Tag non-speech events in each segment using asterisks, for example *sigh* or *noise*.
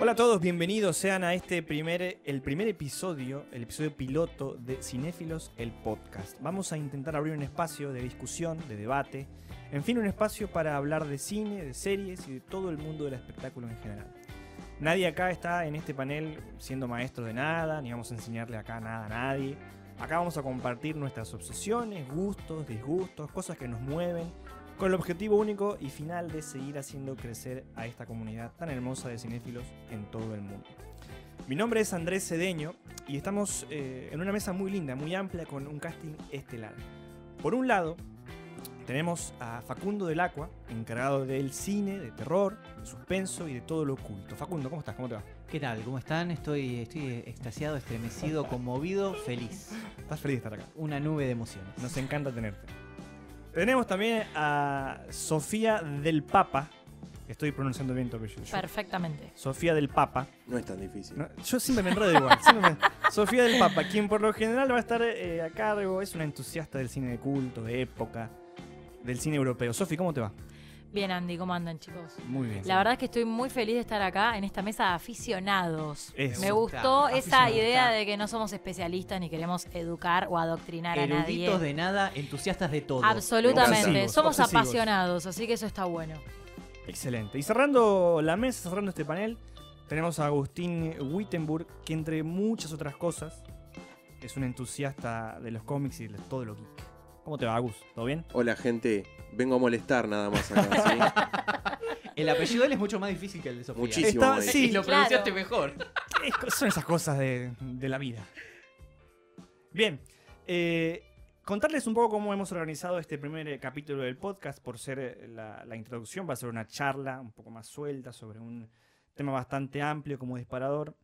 Hola a todos, bienvenidos sean a este primer, el primer episodio, el episodio piloto de Cinéfilos, el podcast. Vamos a intentar abrir un espacio de discusión, de debate, en fin, un espacio para hablar de cine, de series y de todo el mundo del espectáculo en general. Nadie acá está en este panel siendo maestro de nada, ni vamos a enseñarle acá nada a nadie. Acá vamos a compartir nuestras obsesiones, gustos, disgustos, cosas que nos mueven, con el objetivo único y final de seguir haciendo crecer a esta comunidad tan hermosa de cinéfilos en todo el mundo. Mi nombre es Andrés Cedeño y estamos eh, en una mesa muy linda, muy amplia, con un casting estelar. Por un lado, tenemos a Facundo del Aqua, encargado del cine, de terror, de suspenso y de todo lo oculto. Facundo, ¿cómo estás? ¿Cómo te va? ¿Qué tal? ¿Cómo están? Estoy, estoy extasiado, estremecido, conmovido, feliz. Estás feliz de estar acá. Una nube de emociones. Nos encanta tenerte. Tenemos también a Sofía del Papa. Estoy pronunciando bien tu apellido. Perfectamente. Sofía del Papa. No es tan difícil. No, Yo siempre me enredo igual. siempre me- Sofía del Papa, quien por lo general va a estar eh, a cargo, es una entusiasta del cine de culto, de época, del cine europeo. Sofi, ¿cómo te va? Bien, Andy, ¿cómo andan, chicos? Muy bien. La verdad es que estoy muy feliz de estar acá en esta mesa de aficionados. Eso. Me gusta, gustó esa aficionados. idea de que no somos especialistas ni queremos educar o adoctrinar a nadie. Eruditos de nada, entusiastas de todo. Absolutamente, Obsesivos, somos obsesivos. apasionados, así que eso está bueno. Excelente. Y cerrando la mesa, cerrando este panel, tenemos a Agustín Wittenburg, que entre muchas otras cosas es un entusiasta de los cómics y de todo lo geek. ¿Cómo te va, Agus? ¿Todo bien? Hola, gente. Vengo a molestar nada más acá, El apellido de él es mucho más difícil que el de Sofía. Muchísimo. Está- Mauricio. sí, *laughs* Y lo Claro. pronunciaste mejor. *laughs* Es co- son esas cosas de, de la vida. Bien, eh, contarles un poco cómo hemos organizado este primer eh, capítulo del podcast, por ser eh, la, la introducción, va a ser una charla un poco más suelta sobre un tema bastante amplio como disparador.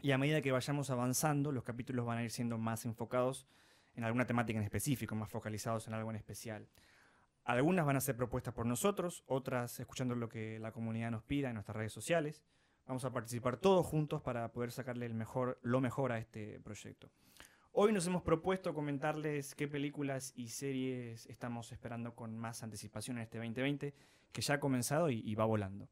Y a medida que vayamos avanzando, los capítulos van a ir siendo más enfocados en alguna temática en específico, más focalizados en algo en especial. Algunas van a ser propuestas por nosotros, otras escuchando lo que la comunidad nos pida en nuestras redes sociales. Vamos a participar todos juntos para poder sacarle el mejor, lo mejor a este proyecto. Hoy nos hemos propuesto comentarles qué películas y series estamos esperando con más anticipación en este 2020, que ya ha comenzado y, y va volando.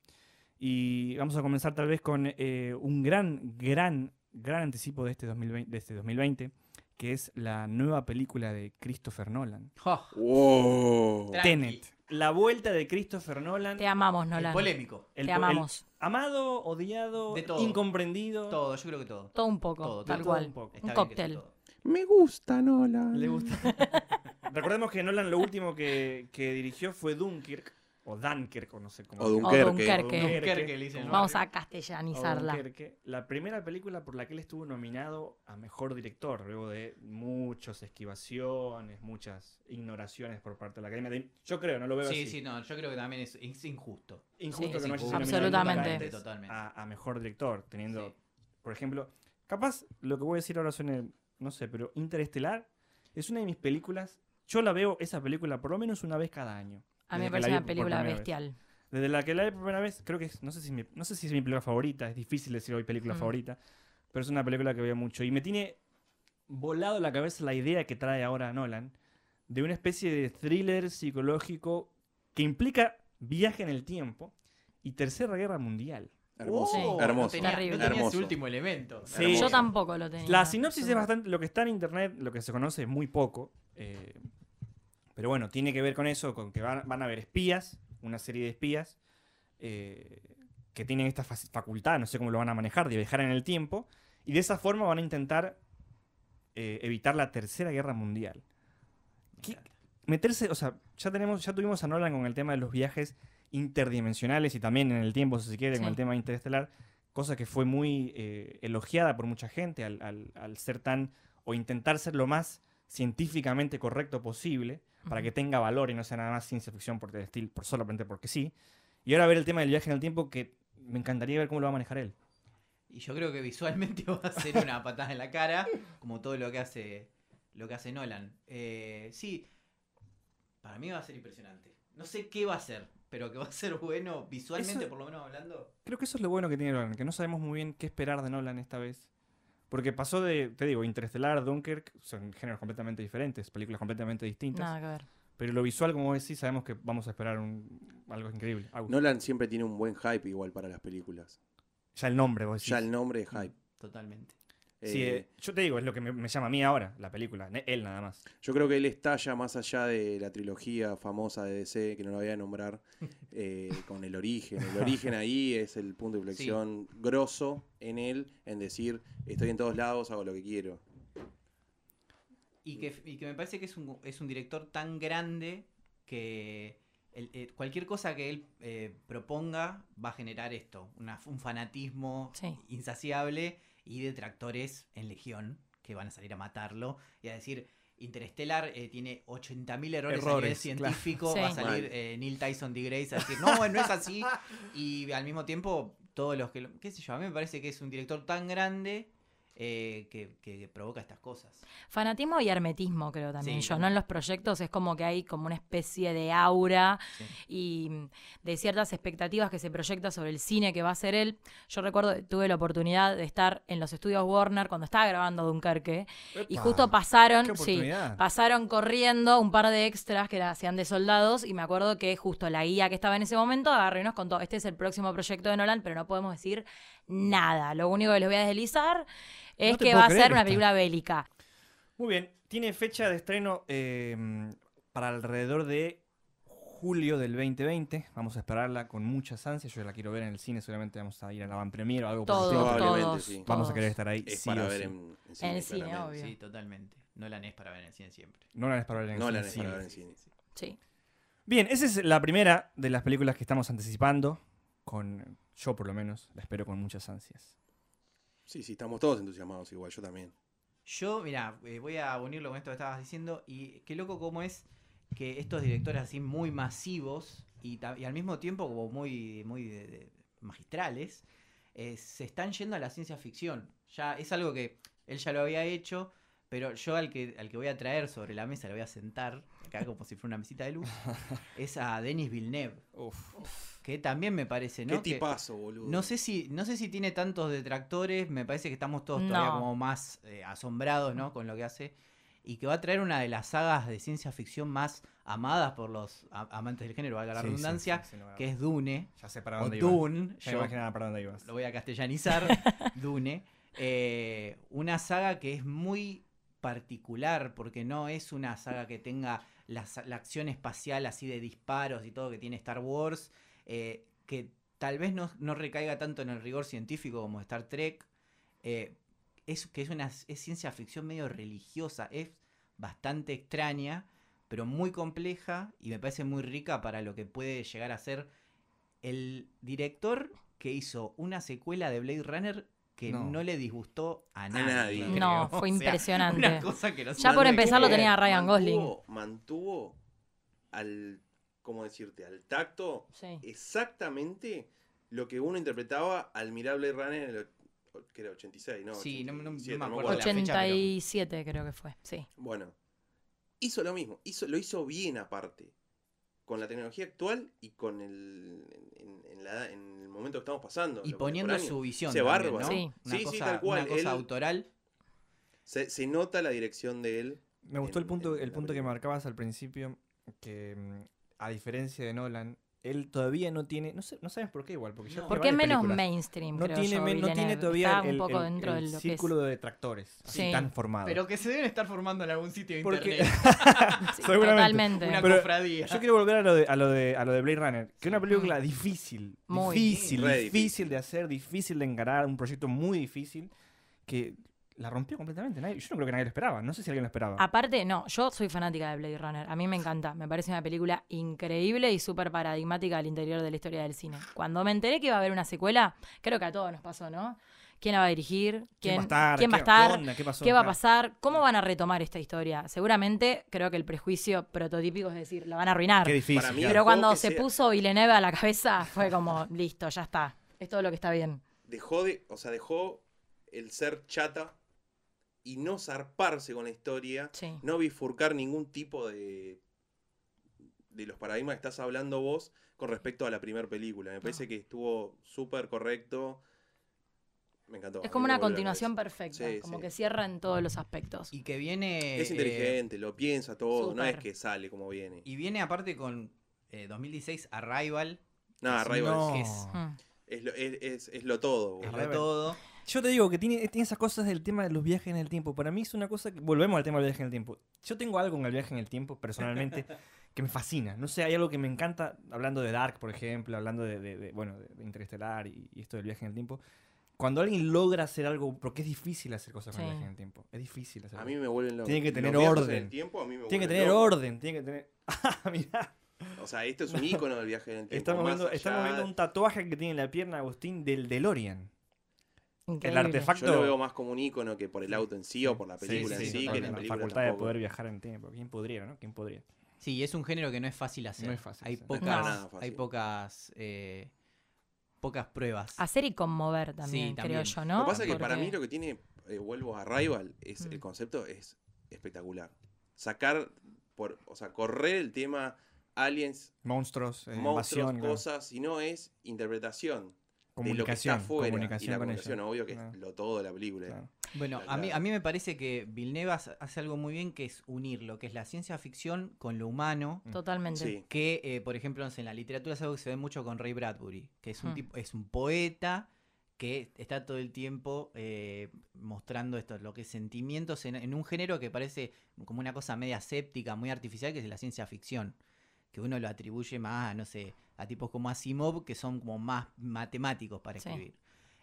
Y vamos a comenzar tal vez con eh, un gran, gran, gran anticipo de este, 2020, de este 2020, que es la nueva película de Christopher Nolan. Oh, sí. wow. Tranqui. Tenet. La vuelta de Christopher Nolan. Te amamos, el Nolan. polémico. el Te po- el amamos. amado, odiado, De todo. incomprendido. Todo, yo creo que todo. Todo un poco, Todo, tal todo cual. un poco. Está Un bien que cóctel. sea todo. Me gusta, Nola. Le gusta. *laughs* Recordemos que Nolan lo último que, que dirigió fue Dunkirk, o Dunkirk, o no sé cómo. O se llama. Dunkerque. O Dunkerque. Dunkerque, Dunkerque, le dicen, como- ¿no? Vamos a o castellanizarla. Dunkerque, la primera película por la que él estuvo nominado a mejor director, luego de muchas esquivaciones, muchas ignoraciones por parte de la academia. De- Yo creo, no lo veo Sí, así. sí, no, yo creo que también es, es injusto. Injusto Sí, que no sí, haya sido absolutamente. nominado nunca Totalmente. antes A, a mejor director, teniendo, Sí. por ejemplo, capaz lo que voy a decir ahora suene, no sé, pero Interestelar es una de mis películas. Yo la veo esa película por lo menos una vez cada año. A mí Desde me que parece la vi una por película primera vez. bestial. Desde la que la vi por primera vez, creo que es, no sé si es mi, no sé si es mi película favorita, es difícil decir hoy película Mm. favorita, pero es una película que veo mucho. Y me tiene volado la cabeza la idea que trae ahora Nolan de una especie de thriller psicológico que implica viaje en el tiempo y Tercera Guerra Mundial. Hermoso. Sí. Oh, No Hermoso. tenía, no tenía ese Hermoso. último elemento. Sí. Hermoso. Yo tampoco lo tenía. La sinopsis Yo- es bastante. Lo que está en internet, lo que se conoce es muy poco. eh, pero bueno, tiene que ver con eso, con que van, van a haber espías, una serie de espías, eh, que tienen esta fac- facultad, no sé cómo lo van a manejar, de viajar en el tiempo. Y de esa forma van a intentar eh, evitar la tercera guerra mundial. ¿Qué- meterse, o sea, ya tenemos, ya tuvimos a Nolan con el tema de los viajes interdimensionales y también en el tiempo, si se quiere, con Sí. el tema interestelar, cosa que fue muy eh, elogiada por mucha gente al, al- al ser tan, o intentar ser lo más científicamente correcto posible, para Ujú. que tenga valor y no sea nada más ciencia ficción por el estilo, por solamente porque sí. Y ahora ver el tema del viaje en el tiempo que me encantaría ver cómo lo va a manejar él. Y yo creo que visualmente *laughs* va a ser una patada en la cara, como todo lo que hace, lo que hace Nolan. Eh, sí, para mí va a ser impresionante. No sé qué va a ser, pero que va a ser bueno visualmente, Eso- por lo menos hablando. Creo que eso es lo bueno que tiene Nolan, que no sabemos muy bien qué esperar de Nolan esta vez. Porque pasó de, te digo, Interestelar, Dunkirk, son géneros completamente diferentes, películas completamente distintas. Nada que ver. Pero lo visual, como vos decís, sabemos que vamos a esperar un- algo increíble. Agus. Nolan siempre tiene un buen hype igual para las películas. Ya el nombre, vos decís. Ya el nombre es hype. Totalmente. Sí, Eh, eh, yo te digo, es lo que me, me llama a mí ahora, la película, ne- él nada más. Yo creo que él estalla más allá de la trilogía famosa de DC, que no la voy a *laughs* nombrar, eh, con el origen. El origen ahí es el punto de inflexión grosso en él, en decir, estoy en todos lados, hago lo que quiero. Y Mm. que, y que me parece que es un, es un director tan grande que el- eh, cualquier cosa que él eh, proponga va a generar esto, una- un fanatismo Sí. insaciable y detractores en Legión que van a salir a matarlo y a decir, Interestelar eh, tiene 80.000 errores, a nivel Errores, claro. científico, Sí. va a salir Mal. eh, Neil Tyson de Grace a decir, no, no es *laughs* así. Y al mismo tiempo, todos los que... lo- qué sé yo, a mí me parece que es un director tan grande eh, que- que provoca estas cosas. Fanatismo y hermetismo, creo también Sí, yo, ¿no? también. En los proyectos es como que hay como una especie de aura Sí. y mm, de ciertas expectativas que se proyecta sobre el cine que va a hacer él. Yo recuerdo, tuve la oportunidad de estar en los estudios Warner cuando estaba grabando Dunkerque y Epa, justo qué pasaron, sí, oportunidad. pasaron corriendo un par de extras que era- hacían de soldados y me acuerdo que justo la guía que estaba en ese momento agarró y nos contó, este es el próximo proyecto de Nolan, pero no podemos decir nada. Lo único que les voy a deslizar es No te que puedo va a creer ser una esta. película bélica. Muy bien, tiene fecha de estreno eh, para alrededor de julio del 2020. Vamos a esperarla con muchas ansias. Yo la quiero ver en el cine, seguramente vamos a ir a la van premier o algo por el Todos, estilo, pero Probablemente, todos. sí. Vamos a todos. querer estar ahí. Es sí para o ver sí. en, en En el cine. cine, claramente. obvio. Sí, totalmente. Nolan es para ver en el cine siempre. No la es para ver en el No la cine, es sí. para ver en cine. Sí. Bien, esa es la primera de las películas que estamos anticipando. Con yo por lo menos la espero con muchas ansias. Sí, sí, estamos todos entusiasmados igual, yo también. Eh, Yo, mira, voy a unirlo con esto que estabas diciendo. Y qué loco cómo es que estos directores así muy masivos y, ta- y al mismo tiempo como muy, muy de- de- magistrales, eh, se están yendo a la ciencia ficción. Ya es algo que él ya lo había hecho, pero yo al que, al que voy a traer sobre la mesa, lo voy a sentar, acá como si fuera una mesita de luz, es a Denis Villeneuve, que también me parece, ¿no? Qué Que- tipazo, boludo. No sé, si, no sé si tiene tantos detractores, me parece que estamos todos No. todavía como más eh, asombrados ¿no? con lo que hace. Y que va a traer una de las sagas de ciencia ficción más amadas por los a- amantes del género, valga la Sí, sí, redundancia, sí, sí, no, que es Dune. Ya sé para o dónde ibas. Dune, Ya yo imaginaba para dónde ibas. lo voy a castellanizar, Dune. eh, una saga que es muy particular, porque no es una saga que tenga la, sa- la acción espacial así de disparos y todo que tiene Star Wars, eh, que tal vez no, no recaiga tanto en el rigor científico como Star Trek. eh, es que es una es ciencia ficción medio religiosa, es bastante extraña, pero muy compleja y me parece muy rica para lo que puede llegar a ser el director que hizo una secuela de Blade Runner que No. no, le disgustó a nadie. nadie. creo. No, *laughs* fue O sea, impresionante. una cosa que no se Ya por puede empezar lo creer. tenía a Ryan Gosling. Mantuvo- Mantuvo al, ¿cómo decirte? Al tacto exactamente lo que uno interpretaba al mirar Blade Runner en el och- que era 86, ¿no? Sí, no- no- no me 87, acuerdo la fecha, 87 creo que fue, sí. Bueno, hizo lo mismo, hizo, lo hizo bien aparte, con la tecnología actual y con el en, en la edad- en el momento que estamos pasando. Y lo poniendo su contemporáneo. visión. Se también, bárbaro. ¿no? Sí. Una Sí, sí, cosa, tal cual, una cosa él- autoral. Se, se nota la dirección de él. Me gustó el en- punto, en el la punto que película. marcabas al principio, que mm, a diferencia de Nolan, él todavía no tiene, no sé, no sabes por qué igual, porque ya No. tiene Porque es varias menos películas. mainstream, no creo tiene, yo, men- no Villeneuve. tiene todavía Está el, un poco el- dentro el de lo que es. círculo de detractores, así Sí. tan formado. Pero que se deben estar formando en algún sitio de Porque- internet. *laughs* Sí, Seguramente. Totalmente. Una Pero- cofradía. Yo quiero volver a lo de, a lo de, a lo de Blade Runner, que es una Sí. película difícil, Muy. difícil, Sí, re difícil difícil. de hacer, difícil de encarar, un proyecto muy difícil, que la rompió completamente. Nadie, yo no creo que nadie lo esperaba, no sé si alguien lo esperaba. Aparte, no, yo soy fanática de Blade Runner. A mí me encanta. Me parece una película increíble y súper paradigmática al interior de la historia del cine. Cuando me enteré que iba a haber una secuela, creo que a todos nos pasó, ¿no? ¿Quién la va a dirigir? va a estar? ¿Quién va a ¿Qué- estar? ¿Qué, onda? ¿Qué pasó? ¿Qué va a Claro. pasar? ¿Cómo van a retomar esta historia? Seguramente creo que el prejuicio prototípico es decir, la van a arruinar. Qué difícil. Para mí- claro. Pero Dejó cuando que se sea- puso Villeneuve a la cabeza fue como, listo, ya está. Es todo lo que está bien. Dejó de, o sea, dejó el ser chata y no zarparse con la historia, Sí. no bifurcar ningún tipo de de los paradigmas que estás hablando vos con respecto a la primera película. Me parece que estuvo súper correcto. Me encantó. Es a como mí me una voló la continuación cabeza. perfecta, Sí, como sí. que cierra en todos los aspectos. Y que viene. Es eh, inteligente, lo piensa todo, no es súper. que sale como viene. y viene aparte con eh, 2016 Arrival. Nada, es Rivals que No. es- Mm. Es lo, es, es- es lo todo, Es boludo. re lo todo. Yo te digo que tiene, eh, tiene esas cosas del tema de los viajes en el tiempo. Para mí es una cosa que. Volvemos al tema del viaje en el tiempo. Yo tengo algo en el viaje en el tiempo, personalmente, que me fascina. No sé, hay algo que me encanta, hablando de Dark, por ejemplo, hablando de, de- de, bueno, de, de Interestelar y, y esto del viaje en el tiempo. Cuando alguien logra hacer algo, porque es difícil hacer cosas con el Sí. viaje en el tiempo. Es difícil hacer A mí me vuelven loco. Tiene que Los tener viajes en el orden. tiempo a mí me Tiene que vuelven tener loco. orden, tiene que tener. *laughs* Ah, mirá. O sea, esto es un ícono del viaje en el tiempo. Estamos más viendo, estamos allá- viendo un tatuaje que tiene en la pierna Agustín del DeLorean. El Increíble. artefacto. Yo lo veo más como un ícono que por el auto en sí o por la Sí, película sí, en sí, sí, que totalmente. la la película facultad de tampoco. poder viajar en el tiempo. ¿Quién podría, no? ¿Quién podría? Sí, es un género que no es fácil hacer. No es fácil Hay hacer. pocas, No. Para nada fácil. Hay pocas, eh, pocas pruebas. Hacer y conmover también, Sí, creo también. yo, Lo ¿no? que pasa es que Porque- para mí lo que tiene, eh, vuelvo a Rival, es Mm. el concepto es espectacular. Sacar, por, o sea, correr el tema aliens, Monstruos, eh, monstruos, invasión, claro. cosas, sino es interpretación de lo que está comunicación, afuera. y comunicación la con comunicación, ellos. obvio que Claro, es lo todo de la película. claro. Bueno, La- a mí, la- a mí me parece que Villeneuve hace hace algo muy bien que es unir lo que es la ciencia ficción con lo humano. Totalmente. Sí. Que, eh, por ejemplo, no sé, en la literatura es algo que se ve mucho con Ray Bradbury, que es un, Hmm. tipo, es un poeta que está todo el tiempo eh, mostrando esto, lo que es sentimientos en, en un género que parece como una cosa media séptica, muy artificial, que es la ciencia ficción. Que uno lo atribuye más, no sé, a tipos como Asimov, que son como más matemáticos para Sí. escribir.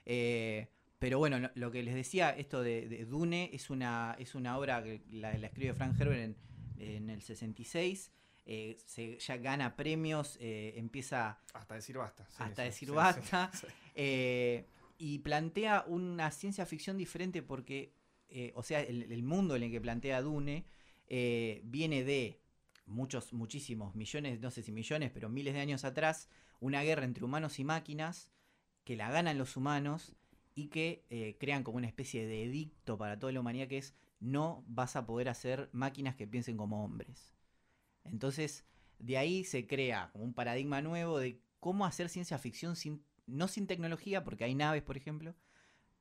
Eh, pero bueno, lo, lo que les decía, esto de, de Dune es una, es una obra que la, la escribe Frank Herbert en, en el 66. eh, se, ya gana premios, eh, empieza Hasta decir basta. sí, hasta sí, decir sí, basta. sí, sí. *laughs* eh, y plantea una ciencia ficción diferente porque, eh, o sea, el, el mundo en el que plantea Dune eh, viene de muchos, muchísimos, millones, no sé si millones, pero miles de años atrás, una guerra entre humanos y máquinas que la ganan los humanos y que eh, crean como una especie de edicto para toda la humanidad que es no vas a poder hacer máquinas que piensen como hombres. Entonces, de ahí se crea como un paradigma nuevo de cómo hacer ciencia ficción sin, no sin tecnología, porque hay naves, por ejemplo,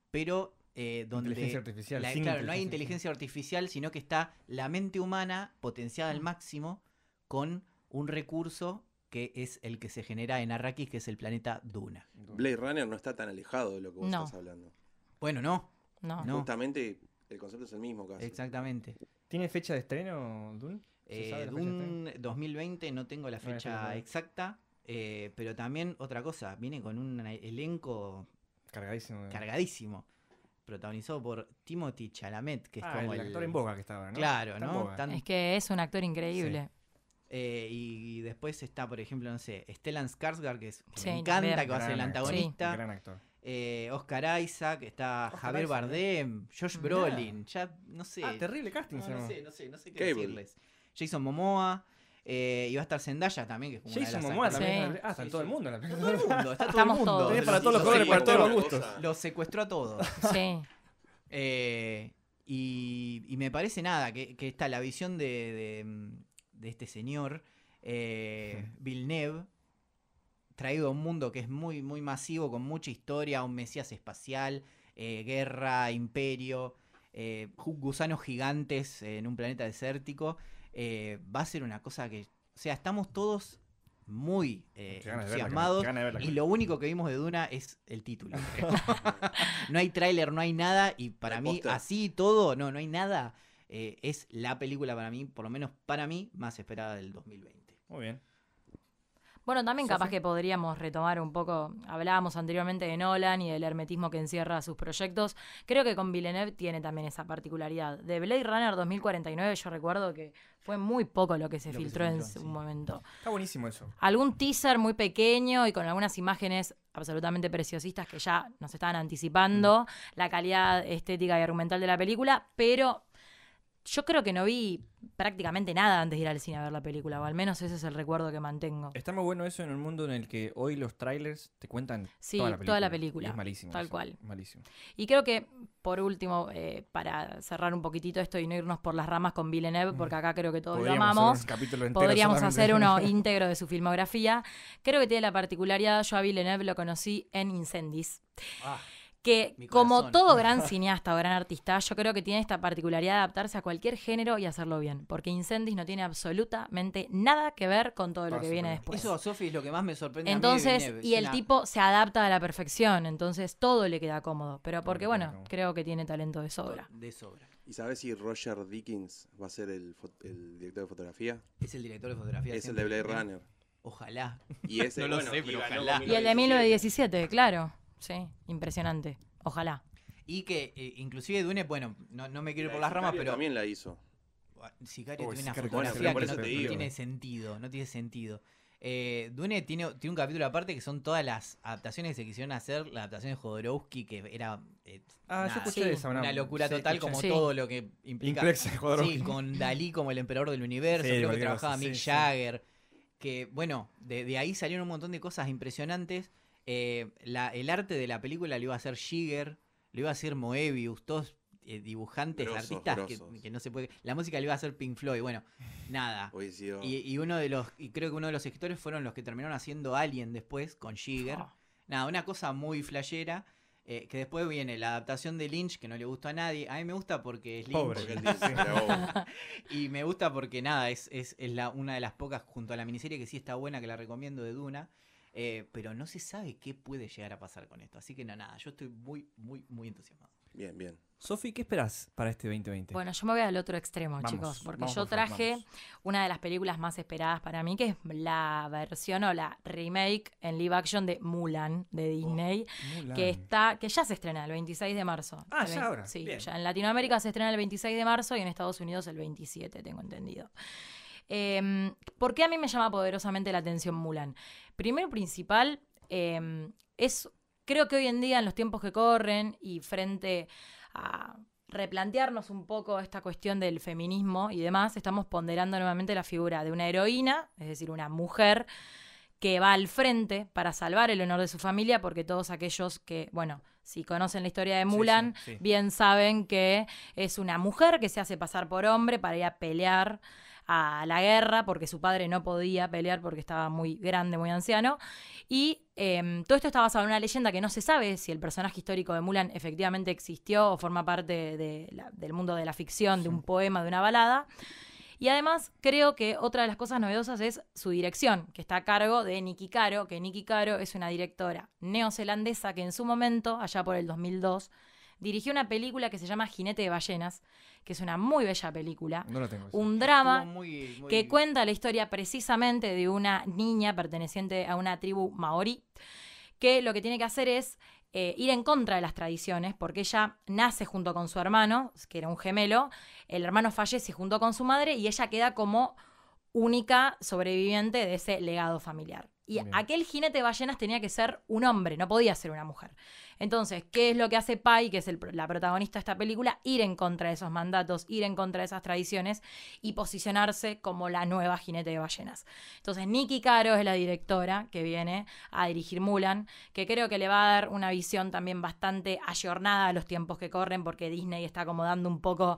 pero eh, donde Inteligencia artificial. la- sin claro, no hay inteligencia artificial, sino que está la mente humana potenciada al Mm. máximo con un recurso que es el que se genera en Arrakis, que es el planeta Duna. Blade Runner no está tan alejado de lo que vos No. estás hablando. Bueno, no, Mm. No. No. Justamente el concepto es el mismo Ah, casi. exactamente. ¿Tiene fecha de estreno, Dune? ¿Se Eh, sabe la fecha de estreno? Dune 2020, no tengo la No, ya está, fecha ya está. exacta, eh, pero también otra cosa, viene con un elenco Cargadísimo. de- cargadísimo, protagonizado por Timothy Chalamet, que es Ah, como el actor en boga que está ahora, ¿no? Claro, Está en ¿no? boga. Tan- Es que es un actor increíble. Eh, y, y después está, por ejemplo, no sé, Stellan Skarsgård, que, es, que Sí, me encanta, también. que va a ser el Gran actor. antagonista. Gran actor. Eh, Oscar Isaac, está Oscar Javier Isaac, ¿no? Bardem, Josh Mirá. Brolin, ya no sé. Ah, terrible casting. no, se no llama. sé, no sé, no sé qué Cable. decirles. Jason Momoa, eh, y va a estar Zendaya también, que es como una de Jason las Momoa actrices. también. Sí. Ah, está Sí, todo el sí. mundo. en La... Está todo el mundo, está todo el Estamos mundo. todos. Tenés para todos los Sí, colores, sí, para todos los sí. gustos. Los secuestró a todos. Sí. Eh, y, y me parece nada, que, que está la visión de, de, mm, de este señor, eh, Villeneuve, traído a un mundo que es muy, muy masivo, con mucha historia, un mesías espacial, eh, guerra, imperio, eh, ju- gusanos gigantes eh, en un planeta desértico, eh, va a ser una cosa que... O sea, estamos todos muy eh, Qué ganas de verla, entusiasmados. qué ganas de verla. Y lo único que vimos de Duna es el título. creo. no hay tráiler, no hay nada. Y para El mí, póster. así y todo, no, no hay nada. eh, es la película para mí, por lo menos para mí, más esperada del 2020. Muy bien. Bueno, también Sí, capaz sí. que podríamos retomar un poco, hablábamos anteriormente de Nolan y del hermetismo que encierra sus proyectos. Creo que con Villeneuve tiene también esa particularidad. De Blade Runner 2049 yo recuerdo que fue muy poco lo que Lo se que se filtró en filtró, su sí. momento. Está buenísimo eso. Algún teaser muy pequeño y con algunas imágenes absolutamente preciosistas que ya nos estaban anticipando Mm. la calidad estética y argumental de la película, pero yo creo que no vi prácticamente nada antes de ir al cine a ver la película, o al menos ese es el recuerdo que mantengo. Está muy bueno eso en el mundo en el que hoy los trailers te cuentan Sí, toda la película. toda la Y película, es malísimo. tal eso, cual. Malísimo. Y creo que, por último, eh, para cerrar un poquitito esto y no irnos por las ramas con Villeneuve, porque acá creo que todos lo Podríamos amamos, hacer un capítulo entero podríamos solamente. *laughs* hacer uno íntegro de su filmografía. Creo que tiene la particularidad, yo a Villeneuve lo conocí en Incendies, que Mi como corazón. todo gran cineasta o gran artista, yo creo que tiene esta particularidad de adaptarse a cualquier género y hacerlo bien, porque Incendies no tiene absolutamente nada que ver con todo lo Ah, que sí, viene bueno. después. Eso, Sofi, es lo que más me sorprende. a mí de Entonces, Villeneuve, y es el una- tipo se adapta a la perfección, entonces todo le queda cómodo, pero le porque queda bueno, cómodo. creo que tiene talento de sobra. De sobra. ¿Y sabes si Roger Dickens va a ser el, fo- el director de fotografía? Es el director de fotografía. Es el de siempre. Blade Runner. Ojalá. Y ese, No lo bueno, sé, y pero ganó ojalá. con Y el de 1917, claro, sí, impresionante, ojalá. Y que eh, inclusive Dune, bueno, no, no me quiero ir La por de las ramas, Sicario pero También la hizo. Sicario Uy, tiene una Sicario, bueno, fotografía que pero por no, eso te no digo. tiene sentido, no tiene sentido. Eh, Dune tiene, tiene un capítulo aparte que son todas las adaptaciones que se quisieron hacer, la adaptación de Jodorowsky, que era eh, Ah, nada, yo escuché sí, esa. una, locura sí, total, escuché. como Sí. todo lo que implica. Implex, Jodorowsky. Sí, con Dalí como el emperador del universo, Sí, creo que cualquier trabajaba cosa, Mick sí, sí. Jagger. Que bueno, de, de ahí salieron un montón de cosas impresionantes. Eh, la- el arte de la película lo iba a hacer Jigger, lo iba a hacer Moebius, todos eh, dibujantes, Grosos, artistas que- grosos. Que, no se puede. La música lo iba a hacer Pink Floyd, bueno, nada. Hoy sido. Y, y uno de los, y creo que uno de los escritores fueron los que terminaron haciendo Alien después con Jigger. Ah. Nada, una cosa muy flashera. eh, que después viene la adaptación de Lynch, que no le gusta a nadie. A mí me gusta porque es Lynch. Pobre. Porque él dice, "Bravo". Y me gusta porque nada, es, es, es la, una de las pocas junto a la miniserie que sí está buena, que la recomiendo de Duna. eh, pero no se sabe qué puede llegar a pasar con esto. Así que no, nada, yo estoy muy, muy, muy entusiasmado. Bien, bien. Sofi, ¿qué esperás para este 2020? Bueno, yo me voy al otro extremo, Vamos, chicos, porque vamos, yo por favor, traje vamos. una de las películas más esperadas para mí, que es la versión o la remake en live action de Mulan Oh. de Disney, Mulan. que está que ya se estrena el 26 de marzo. Ah, El ya vein- ahora, Sí, bien. ya en Latinoamérica se estrena el 26 de marzo y en Estados Unidos el 27, tengo entendido. Eh, ¿Por qué a mí me llama poderosamente la atención Mulan? Primero y principal, eh, es creo que hoy en día, en los tiempos que corren y frente a replantearnos un poco esta cuestión del feminismo y demás, estamos ponderando nuevamente la figura de una heroína, es decir, una mujer que va al frente para salvar el honor de su familia, porque todos aquellos que, bueno, si conocen la historia de Sí, Mulan, sí, sí. bien saben que es una mujer que se hace pasar por hombre para ir a pelear a la guerra, porque su padre no podía pelear porque estaba muy grande, muy anciano. Y em, todo esto está basado en una leyenda que no se sabe si el personaje histórico de Mulan efectivamente existió o forma parte de la- del mundo de la ficción, de un poema, de una balada. Y además creo que otra de las cosas novedosas es su dirección, que está a cargo de Nikki Caro, que Nikki Caro es una directora neozelandesa que en su momento, allá por el 2002, dirigió una película que se llama Jinete de Ballenas, que es una muy bella película, No lo tengo. un Estuvo drama muy- muy- que cuenta la historia precisamente de una niña perteneciente a una tribu maorí, que lo que tiene que hacer es eh, ir en contra de las tradiciones, porque ella nace junto con su hermano, que era un gemelo, el hermano fallece junto con su madre y ella queda como única sobreviviente de ese legado familiar. Y Bien. aquel jinete de ballenas tenía que ser un hombre, no podía ser una mujer. Entonces, ¿qué es lo que hace Pai, que es el pro- la protagonista de esta película? Ir en contra de esos mandatos, ir en contra de esas tradiciones y posicionarse como la nueva jinete de ballenas. Entonces, Nikki Caro es la directora que viene a dirigir Mulan, que creo que le va a dar una visión también bastante ayornada a los tiempos que corren, porque Disney está como dando un poco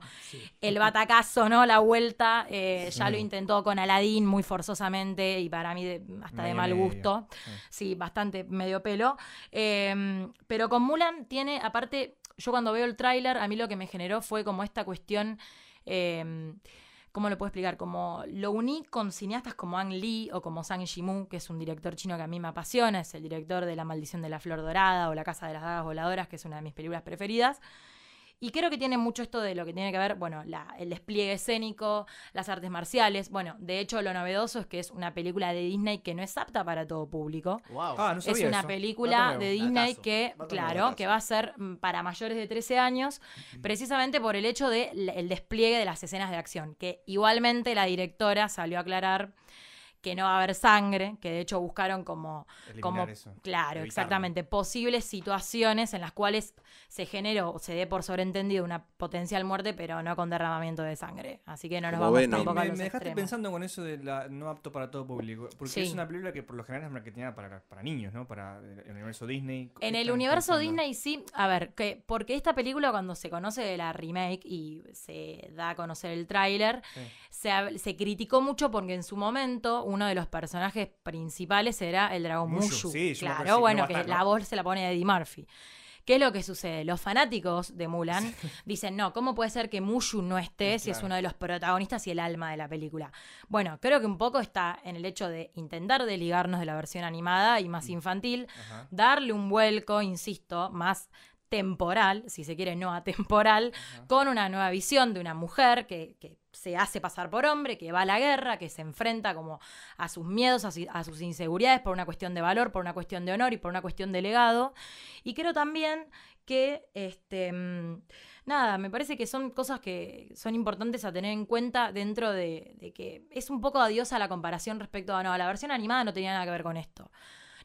el batacazo, ¿no? La vuelta. eh, Ya Sí. lo intentó con Aladdin muy forzosamente y para mí de- hasta de Medio, mal medio. gusto. Sí. Sí, bastante medio pelo. Eh, pero con Mulan tiene, aparte, yo cuando veo el tráiler, a mí lo que me generó fue como esta cuestión. eh, ¿Cómo lo puedo explicar? Como lo uní con cineastas como Ang Lee o como Zhang Yimou, que es un director chino que a mí me apasiona, es el director de La Maldición de la Flor Dorada o La Casa de las Dagas Voladoras, que es una de mis películas preferidas. Y creo que tiene mucho esto de lo que tiene que ver, bueno, la- el despliegue escénico, las artes marciales. Bueno, de hecho, lo novedoso es que es una película de Disney que no es apta para todo público. Wow. Ah, no es sabía una eso. Dato película nuevo. de Disney Datazo. que, Dato claro, nuevo, que datazo. va a ser mm, para mayores de 13 años, precisamente por el hecho del despliegue de las escenas de acción, que igualmente la directora salió a aclarar que no va a haber sangre, que de hecho buscaron como Eliminar como- eso. Claro, Evitarlo. exactamente. Posibles situaciones en las cuales se generó o se dé por sobreentendido una potencial muerte, pero no con derramamiento de sangre. Así que no nos Como vamos Venom. tampoco a me, los me dejaste extremos. pensando con eso de la no apto para todo público. Porque Sí. es una película que por lo general es marketeada para, para niños, ¿no? Para el el universo Disney. ¿Qué En el están universo pensando? Disney sí, a ver, que, porque esta película cuando se conoce de la remake y se da a conocer el tráiler, Sí. se, hab- se criticó mucho porque en su momento uno de los personajes principales era el dragón Mushu, Mushu. sí, yo me acuerdo, sí, claro, no bueno, va a que estar, ¿no? la voz se la pone Eddie Murphy. ¿Qué es lo que sucede? Los fanáticos de Mulan *laughs* dicen, no, ¿cómo puede ser que Mushu no esté si es Claro. uno de los protagonistas y el alma de la película? Bueno, creo que un poco está en el hecho de intentar desligarnos de la versión animada y más Mm. infantil, Ajá. darle un vuelco, insisto, más temporal, si se quiere no atemporal, Ajá. con una nueva visión de una mujer que, que se hace pasar por hombre, que va a la guerra, que se enfrenta como a sus miedos, a, si- a sus inseguridades por una cuestión de valor, por una cuestión de honor y por una cuestión de legado. Y creo también que, este, mm, nada, me parece que son cosas que son importantes a tener en cuenta dentro de, de que es un poco adiosa la comparación respecto a, no, la versión animada no tenía nada que ver con esto.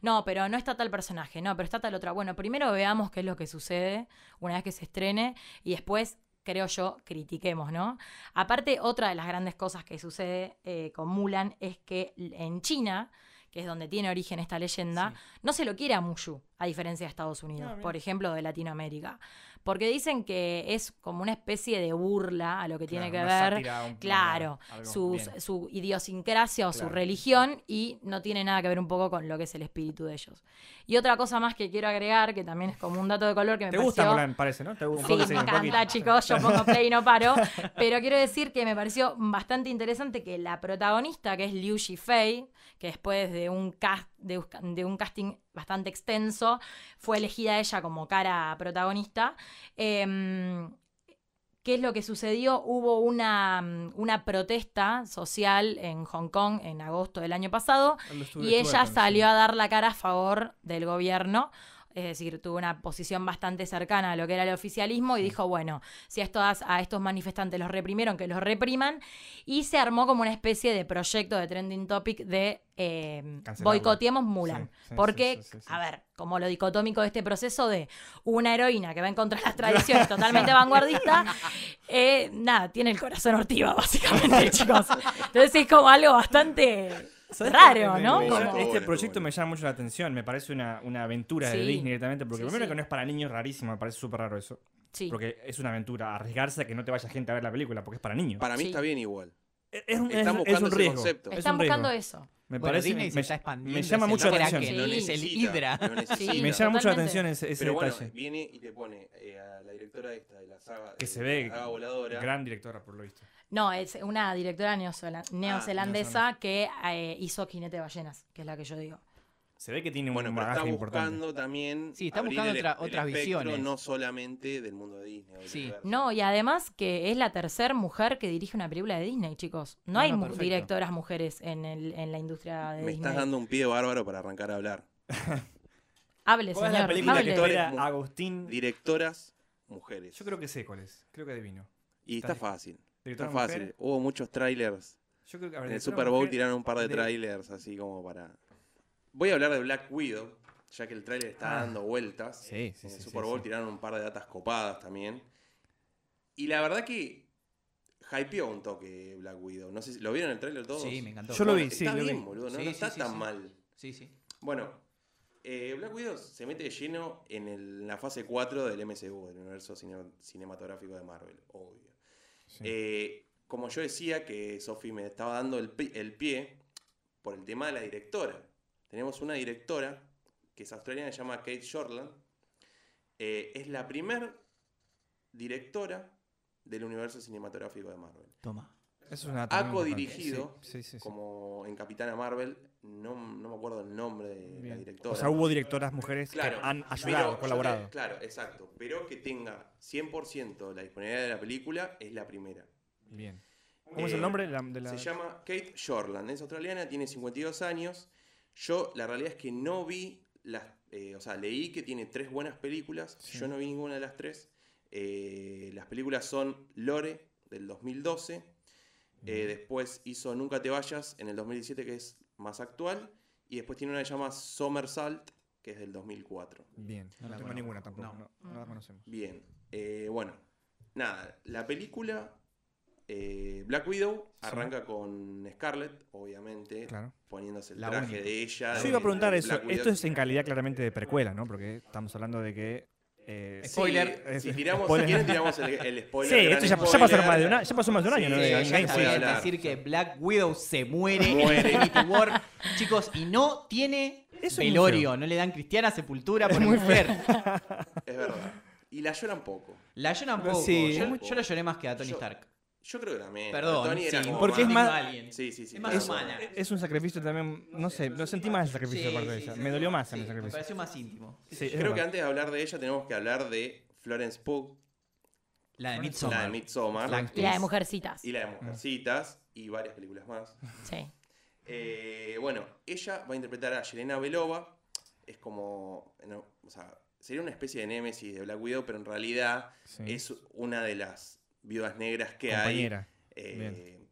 No, pero no está tal personaje, no, pero está tal otra. Bueno, primero veamos qué es lo que sucede una vez que se estrene y después, creo yo, critiquemos, ¿no? Aparte, otra de las grandes cosas que sucede eh, con Mulan es que l- en China, que es donde tiene origen esta leyenda, no se lo quiere a Mushu, a diferencia de Estados Unidos, Ah, mira. por ejemplo, de Latinoamérica. Porque dicen que es como una especie de burla a lo que tiene que Claro, una ver sátira, un- Claro, algo, sus- bien. su idiosincrasia o su Claro. religión y no tiene nada que ver un poco con lo que es el espíritu de ellos. Y otra cosa más que quiero agregar, que también es como un dato de color que me Te pareció... gusta Mulan, parece, ¿no? Te gusta Sí, un poco, me un poquito. encanta, chicos. Yo pongo play y *laughs* no paro. Pero quiero decir que me pareció bastante interesante que la protagonista, que es Liu Shifei, que después de un, cast, de, us- de un casting bastante extenso, fue elegida ella como cara protagonista. eh, ¿Qué es lo que sucedió? Hubo una, mm, una protesta social en Hong Kong en agosto del año pasado Lo estuve- y estuve ella atento, salió a dar la cara a favor del gobierno. Es decir, tuvo una posición bastante cercana a lo que era el oficialismo y dijo, bueno, si a estos, a estos manifestantes los reprimieron, que los repriman. Y se armó como una especie de proyecto de trending topic de eh, Cancelarla. boicoteemos Mulan. Sí, sí, Porque, sí, sí, sí, sí. a ver, como lo dicotómico de este proceso de una heroína que va en contra *laughs* de las tradiciones totalmente vanguardista, eh, nada, tiene el corazón *laughs* ortiva, básicamente, chicos. Entonces es como algo bastante ¿Sabes raro, qué? ¿no? Me- me- Como- Este Estuvo proyecto bueno. me llama mucho la atención. Me parece una, una aventura de Sí. Disney directamente. Porque Sí, primero sí. que no es para niños, rarísimo. Me parece súper raro eso. Sí. Porque es una aventura. Arriesgarse a que no te vaya gente a ver la película porque es para niños. Para mí Sí. está bien igual. Es, es un- es Están un- es buscando un ese riesgo. concepto. Es Están un riesgo. buscando eso. Me Bueno, parece. Disney me, se está expandiendo, me llama se mucho la nota atención. que Sí. Lo el necesita, Hydra. lo necesita. Sí, me llama mucho la totalmente. atención ese, ese Pero bueno, detalle. viene y te pone eh, a la directora esta de la saga. Que de se ve- La saga voladora. Gran directora, por lo visto. No, es una directora neozelan- Ah, neozelandesa neozelandesa. que eh, hizo Jinete de Ballenas, que es la que yo digo. Se ve que tiene un Bueno, pero está bagaje buscando importante. también. Sí, está abrir buscando el- otra- el otras espectro, visiones. No solamente del mundo de Disney. del Sí. universo. No, y además que es la tercera mujer que dirige una película de Disney, chicos. No Ah, hay no, mu- perfecto. directoras mujeres en, el- en la industria de Me Disney. estás dando un pie bárbaro para arrancar a hablar. Hable, ¿Cuál es la señor. película que Hable. actores, espera mu- Agustín? Directoras, mujeres. Yo creo que sé cuál es. Creo que adivino. y está está- fácil. Está Directora fácil. mujer. Hubo muchos trailers. Yo creo que, a ver, En el directora Super Bowl mujer. tiraron un par de de- trailers así como para. Voy a hablar de Black Widow, ya que el trailer está Ah. dando vueltas. Sí, sí, en el sí, Super sí, Bowl sí. tiraron un par de datas copadas también. Y la verdad que hypeó un toque Black Widow. No sé si lo vieron el trailer todos. Sí, me encantó. Yo lo vi, Está sí, lo bien, vi. boludo, no, Sí, no sí, está sí, tan sí. mal. Sí, sí. Bueno, eh, Black Widow se mete de lleno en, el- en la fase 4 del MCU, del universo cine- cinematográfico de Marvel, obvio. Sí. Eh, como yo decía que Sofi me estaba dando el, pi- el pie por el tema de la directora. Tenemos una directora que es australiana, se llama Kate Shortland. Eh, es la primer directora del universo cinematográfico de Marvel. Toma. Eso es una Ha tremenda codirigido, parte. Sí, sí, sí. como en Capitana Marvel, no, no me acuerdo el nombre de la Bien. directora. O sea, hubo directoras mujeres Claro, que han pero ayudado, yo colaborado. te- claro, exacto. Pero que tenga 100% la disponibilidad de la película es la primera. Bien. ¿Cómo es Eh, el nombre de la- de la- Se llama Kate Shortland, es australiana, tiene 52 años. Yo la realidad es que no vi las, eh, o sea, leí que tiene tres buenas películas, Sí. yo no vi ninguna de las tres. Eh, las películas son Lore del 2012, eh, después hizo Nunca te vayas en el 2017 que es más actual y después tiene una que se llama Somersault que es del 2004. Bien. No, No la tengo conozco. ninguna tampoco. No. No, no Mm. la conocemos. Bien, eh, bueno, nada, la película eh, Black Widow arranca con Scarlett, obviamente, Claro. poniéndose el La traje única. de ella. Yo iba a de- preguntar de eso. Black Widow. Esto es en calidad claramente de precuela, ¿no? Porque estamos hablando de que eh, Sí, Spoiler. es- *laughs* Si, tiramos, si spoiler. quieren, tiramos el, el spoiler. Sí, gran esto ya, ya spoiler. pasó más de un año, ya pasó más de un año, Sí, ¿no? Eh, ya De ya Endgame, sí. está puede bien hablar. decir que Black Widow se muere, en Muere. Infinity War, chicos, y no tiene Eso es muy velorio, feo. no le dan cristiana sepultura por mujer. Es verdad. Y la lloran poco. La lloran poco, Sí. yo, yo la lloré más que a Tony Yo- Stark. Yo creo que también. Perdón, Tony era sí, como Porque es tengo más- a alguien. Sí, sí, sí. Es más tenés Es, razón. humana. es un sacrificio también, no sé, lo sentí más el sacrificio Sí, aparte de sí, ella. sí, Me dolió más a sí, mí el Me sacrificio. pareció más íntimo. Sí, es Creo que verdad. antes de hablar de ella tenemos que hablar de Florence Pugh, La de Midsommar. la de Midsommar La actriz. Y la de Mujercitas. y la de Mujercitas y varias películas más. Sí. Eh, bueno, ella va a interpretar a Yelena Belova. Es como. no, o sea, sería una especie de némesis de Black Widow, pero en realidad Sí. es una de las viudas negras que hay. compañera. eh, Bien.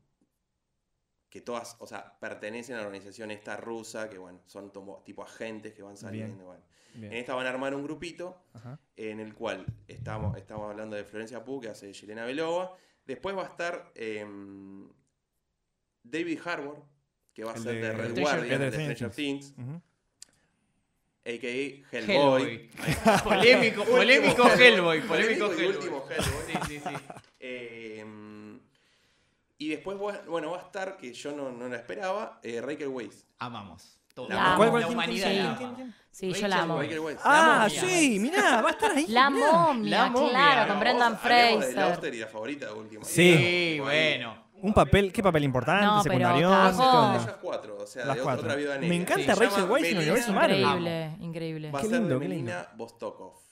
que todas, o sea, pertenecen a la organización esta rusa, que bueno, son tomo- tipo agentes que van saliendo. bueno. Bien. En esta van a armar un grupito Ajá. en el cual estamos, estamos hablando de Florencia Pugh, que hace Yelena Belova. Después va a estar em, David Harbour, que va a El ser de de Red Stranger- Guardian, el de de Stranger Stranger Things, Ujú. a.k.a. Hellboy. Hellboy. *laughs* polémico, polémico Hellboy. Polémico Polémico y Hellboy. último Hellboy. Sí, sí, sí. Em, y después, va- bueno, va a estar, que yo no, no la esperaba, eh, Raquel Weisz. Amamos. Todo. La amo. ¿Cuál, cuál, la quién, humanidad quién, la quién, ama. quién, Sí, yo Rachel la amo. Raquel Weisz. Ah, momia. sí, mirá, va a estar ahí. La mirá. momia, La momia, claro, la con vos Brendan Hablemos de Fraser. Lauster y la favorita de última. Sí. Sí, bueno. Un papel, qué papel importante, No, pero secundario. cagó. Son de todo. ellas cuatro, o sea, Las de otra- cuatro. otra viuda Me negra. encanta Se Rachel llama Weisz en el Melina- universo Marvel. Increíble, increíble. Va a Qué ser lindo, de qué lindo. Melina Vostokov.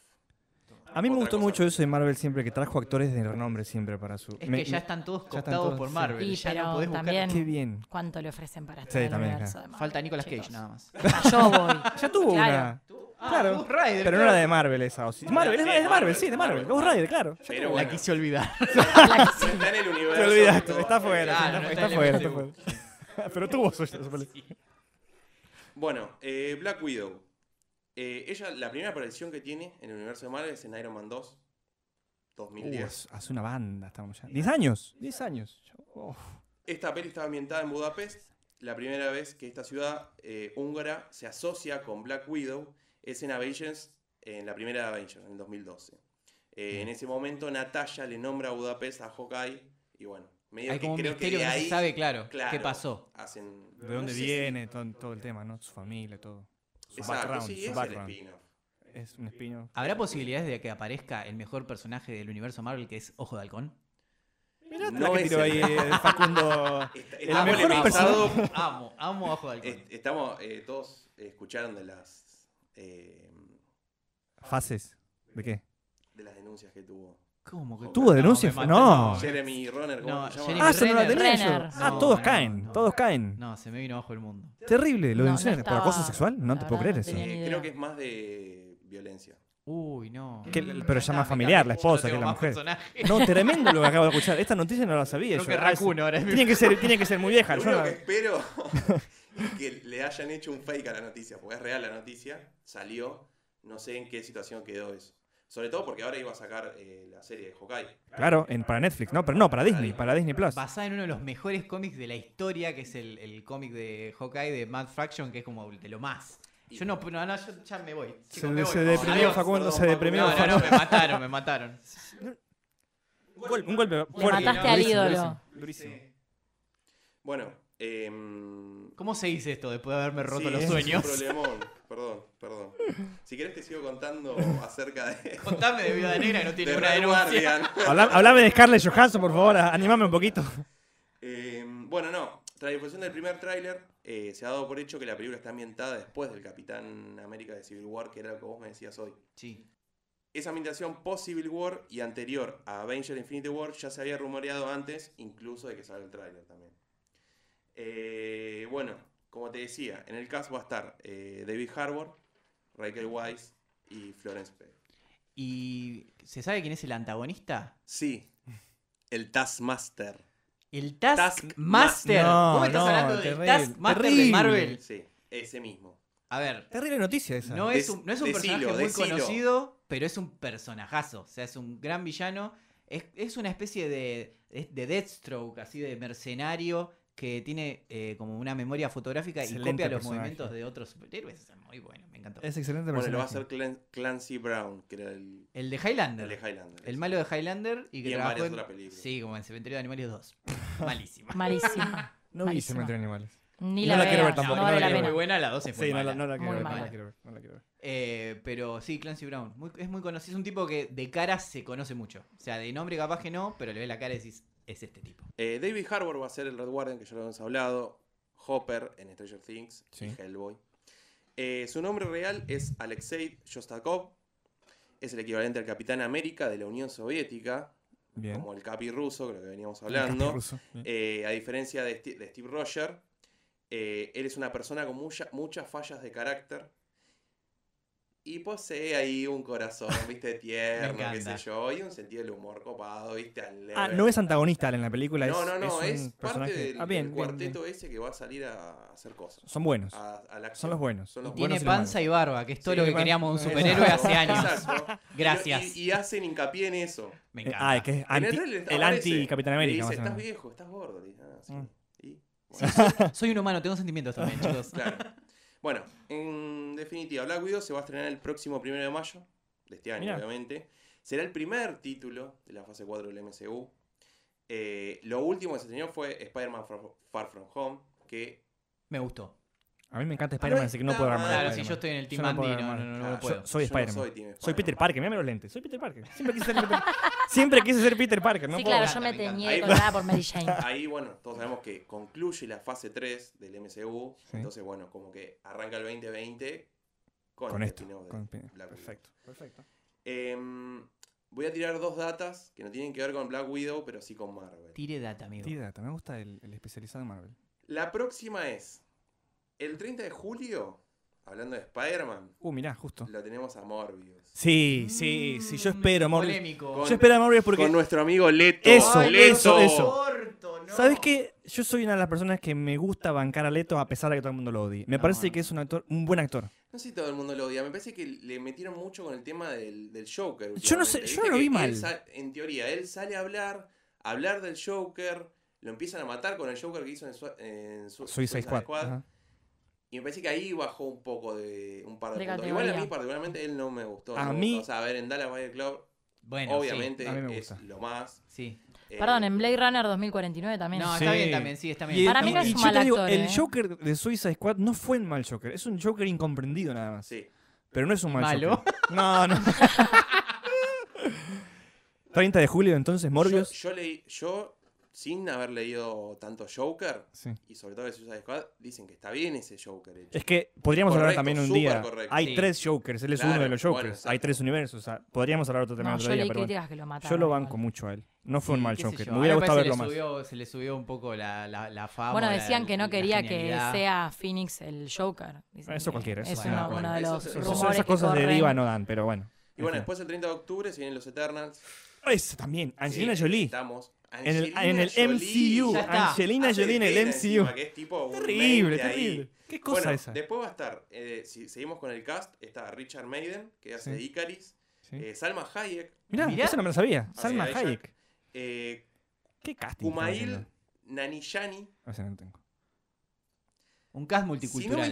A mí me Otra gustó cosa. mucho eso de Marvel siempre, que trajo actores de renombre siempre para su. Es me- que ya me- están todos están cooptados todos, por sí. Marvel. Y, ya pero no podés buscar. también- Qué bien. ¿Cuánto le ofrecen para Sí, estar en el también, universo claro. de Marvel, Falta Nicolas Cage, chicos? *laughs* nada más. Ah, Yo voy. Ya tuvo Claro. una. Ah, Claro. Ghost Rider, Pero no claro. era de Marvel esa. o sí. No, Marvel, es sí, de Marvel, Marvel, sí, de Marvel. Marvel. Ghost Rider, claro. Ya Pero La bueno, quise olvidar. no está *laughs* en el universo. Te olvidaste, todo. está fuera, Claro, sí, no está, está está en el fuera, está MCU. fuera. *laughs* Pero tuvo su, su- su- Bueno, eh, Black Widow. Eh, ella, la primera aparición que tiene en el universo de Marvel es en Iron Man 2, Uh, 2010. hace- hace una banda estamos ya. 10 años, 10 años. Uf. Esta peli está ambientada en Budapest. La primera vez que esta ciudad eh, húngara se asocia con Black Widow es en Avengers, en la primera de Avengers, en el 2012. Eh, Mm. en ese momento Natalia le nombra a Budapest a Hawkeye y bueno, medio Hay que como un creo misterio que que de no ahí se sabe, claro, claro, qué pasó. hacen- ¿De dónde no sé si- viene todo, todo el tema, no? Su familia, todo. Su Exacto, background, sí, su es el background. spin-off. Es un espino. ¿Habrá posibilidades de que aparezca el mejor personaje del universo Marvel, que es Ojo de Halcón? Mirá, No la que es tiró ahí el- eh, Facundo. Está- El está Amo mejor polemizado. personaje. Amo, amo a Ojo de Halcón. Es- Estamos, eh, todos escucharon de las eh, Fases. ¿De qué? de las denuncias que tuvo ¿Cómo que ¿Tuvo denuncias? me No. mataste. Jeremy Renner. ¿cómo No, se llama? Eh, Jeremy- Ah, se no la Renner. tenía yo. Renner. Ah, No, todos no, caen, no. todos caen. No, se me vino abajo el mundo. Terrible, lo de No, no denunciar. ¿Por estaba- acoso sexual? No la te puedo verdad, creer no eso. tenía ni Eh, idea. creo que es más de violencia. Uy, no. Que- Mm, pero ahí ya está, más me familiar, cambié. la esposa Yo que tengo la más mujer. *laughs* personajes. No, tremendo lo que acabo de escuchar. Esta noticia no la sabía Creo yo. que Ah, es- Raccoon ahora es mi- Tiene que ser, tiene que ser muy vieja. Lo yo único no- que espero *laughs* es que le hayan hecho un fake a la noticia, porque es real la noticia, salió, no sé en qué situación quedó eso. Sobre todo porque ahora iba a sacar eh, la serie de Hawkeye. Claro, en, para Netflix, no, pero no, para Disney, para Disney Plus. Basada en uno de los mejores cómics de la historia, que es el, el cómic de Hawkeye de Mad Fraction, que es como de lo más. Yo no, no, no, yo ya me voy. Chicos, Se, me voy. se deprimió Adiós. Facundo, se perdón, deprimió No, no, Facundo. no, me mataron, me mataron. Un gol- Un golpe Le fuerte. mataste al Durísimo, ídolo. durísimo, durísimo. Bueno, em, ¿Cómo se dice esto después de haberme roto sí, los es un sueños? problemón. Perdón, perdón. Si querés te sigo contando acerca de, *laughs* Contame de Viuda Negra que no tiene de una Red denuncia. Guardian. Habla- Hablame de Scarlett Johansson, por favor, a- animame un poquito. Eh, bueno, no. Tras la difusión del primer tráiler, eh, se ha dado por hecho que la película está ambientada después del Capitán América de Civil War, que era lo que vos me decías hoy. Sí. Esa ambientación post-Civil War y anterior a Avenger Infinity War ya se había rumoreado antes, incluso de que salga el tráiler también. Eh, bueno, como te decía, en el cast va a estar eh, David Harbour, Rachel Weisz y Florence Pugh. ¿Y se sabe quién es el antagonista? Sí, el Taskmaster. El Taskmaster. Taskmaster. No, ¿Vos me estás no, hablando del terrible, Taskmaster terrible. de Marvel? Sí, ese mismo. A ver, Terrible noticia esa. no es un, no es un Decilo, personaje muy decilo. conocido, pero es un personajazo. O sea, es un gran villano. Es, es una especie de, de Deathstroke, así de mercenario, que tiene eh, como una memoria fotográfica y Excelente copia los personaje. movimientos de otros superhéroes. Es muy bueno, me encantó. Es excelente Bueno, lo va a personaje. hacer Clan- Clancy Brown, que era el, El de Highlander. el de Highlander. El malo de Highlander y que Y en trabajó varias otras películas. Sí, como en Cementerio de Animales *laughs* 2. *laughs* Malísima. Malísima. No vi Malísima. Cementerio de Animales. Ni No la, la quiero ver veas, tampoco, No no la vale la quiero es pena. muy buena, la 2 es muy Sí, no, la- mala. no la quiero Muy ver, no mala. la quiero ver, no la quiero ver. Eh, pero sí, Clancy Brown. muy- es muy conocido. Es un tipo que de cara se conoce mucho. O sea, de nombre capaz que no, pero le ves la cara y decís, es este tipo. Eh, David Harbour va a ser el Red Guardian, que ya lo hemos hablado. Hopper en Stranger Things Sí. y Hellboy. Eh, su nombre real es Alexei Shostakov. Es el equivalente al Capitán América de la Unión Soviética, Bien. como el Capi ruso, que lo que veníamos El hablando. capi ruso. Bien. Eh, a diferencia de, Sti- de Steve Roger, eh, él es una persona con mucha- muchas fallas de carácter. Y posee ahí un corazón, *laughs* viste, tierno, qué sé encanta. yo, y un sentido del humor copado, viste, al Ah, leve. no es antagonista en la película. No, es, no, no, es, es, un parte personaje- del, Ah, bien, del bien, cuarteto bien. ese que va a salir a hacer cosas. Son buenos. a- a la Son acción. los buenos. Son Y los tiene buenos y los panza y barba, que es todo Sí, lo que pan- queríamos de Exacto. un superhéroe hace años. Exacto. Gracias. Y, y- y hacen hincapié en eso. Me Eh, encanta. Ah, que es En anti, trailer está- el aparece, anti-Capitán le América. dice, más o estás menos. viejo, estás gordo. le dice, "Ah, sí". Mm. Y, bueno. Soy un humano, tengo sentimientos *laughs* también, chicos. Claro. Bueno, en definitiva, Black Widow se va a estrenar el próximo primero de mayo de este año, Mirá. obviamente. Será el primer título de la fase 4 del MCU. Eh, lo último que se estrenó fue Spider-Man Far- Far From Home, que Me gustó. A mí me encanta Spider-Man, así que no puedo está hablar mal de Claro, mal. si Spider-Man. yo estoy en el Team Yo no Andy, puedo no, hablar mal. no, no, no Claro, puedo. Yo- soy ah, yo no Spider-Man. Team Soy Peter Spider-Man. Parker, mírame los lentes. Soy Peter Parker. Siempre quise ser Peter Parker. *laughs* Siempre quise ser Peter Parker. No sí, puedo. claro, Me yo me encanta, me teñí de encanta. colorada por *laughs* Mary Jane. Ahí, bueno, todos sabemos que concluye la fase 3 del MCU. Sí. Entonces, bueno, como que arranca el 2020 con, Con el esto. spin-off de con- Black Widow. Perfecto. Perfecto. Em, voy a tirar dos datas que no tienen que ver con Black Widow, pero sí con Marvel. Tire data, amigo. Tidata, me gusta el, el especializado en Marvel. La próxima es el 30 de julio, hablando de Spider-Man, Uh, mirá, justo. lo tenemos a Morbius. Sí, sí, sí. Yo espero, Morbius. Mm, Polémico. Yo espero a Morbius porque. Mm, Con nuestro amigo Leto. Eso, ¡Ay, eso, Leto! eso. Corto, no. ¿Sabes qué? Yo soy una de las personas que me gusta bancar a Leto a pesar de que todo el mundo lo odie. Me Ah, No, parece no. que es un actor, un buen actor. No sé si todo el mundo lo odia. Me parece que le metieron mucho con el tema del, del Joker. Yo no sé, últimamente. yo Viste lo que vi él mal. sa- en teoría, él sale a hablar, a hablar del Joker, lo empiezan a matar con el Joker que hizo en, su, en su- Soy Suicide 6 Squad. Squad. ajá. Y me parece que ahí bajó un poco de un par de, De puntos. categoría. Igual a mí particularmente él no me gustó. A no me mí- gustó. O sea, a ver, en Dallas Buyer Club, Bueno, obviamente sí, a mí me es gusta. lo más. Sí. eh, Perdón, en Blade Runner 2049 sí. también. No, Sí. está bien también, sí, está Y, bien. el- Para mí no y es un yo mal te digo, actor, el ¿eh? Joker de Suicide Squad no fue un mal Joker. Es un Joker incomprendido nada más. Sí. Pero no es un mal Malo. Joker. No, *laughs* no. 30 de julio, entonces, Yo, Morbius. yo leí, yo, sin haber leído tanto Joker, Sí. y sobre todo de Suicide Squad, dicen que está bien ese Joker hecho. Es que podríamos hablar Correcto, también un súper día. correcto. Hay Sí. tres Jokers, él es Claro, uno de los bueno, Jokers. exacto. Hay tres universos. o sea, podríamos hablar otro tema No, otro yo día, leí pero bueno. críticas que lo mataron. Yo lo igual. banco mucho a él. No fue un Sí, mal qué sé Joker. yo. Me A hubiera mí gustado parece verlo que más. le subió- Se le subió un poco la, la, la fama. Bueno, la- decían que la no quería que genialidad. sea Phoenix el Joker. Dicen Eso que cualquiera, eso Es sí. uno, Ah, bueno, uno de eso- los eso- Esas- rumores esas que cosas de corren. diva no dan, pero bueno. Y bueno, En fin. después el 30 de octubre se vienen los Eternals. Eso también. Angelina Sí, Jolie. Estamos. En el, en Angelina el Jolie. MCU. Ya está. Angelina Hace Jolie en el Elena MCU. encima, que es tipo un Terrible, 20 ahí. terrible. ¿Qué cosa Bueno, esa? Después va a estar, eh, si seguimos con el cast, está Richard Maiden, que hace Sí. Icaris. Sí. eh, Salma Hayek. Mirá, Mirá. eso no me lo sabía. Salma ella. Hayek. eh, ¿Qué casting? estaba Kumail haciendo? Nanijani. O sea, no tengo. Un cast Si no me multicultural.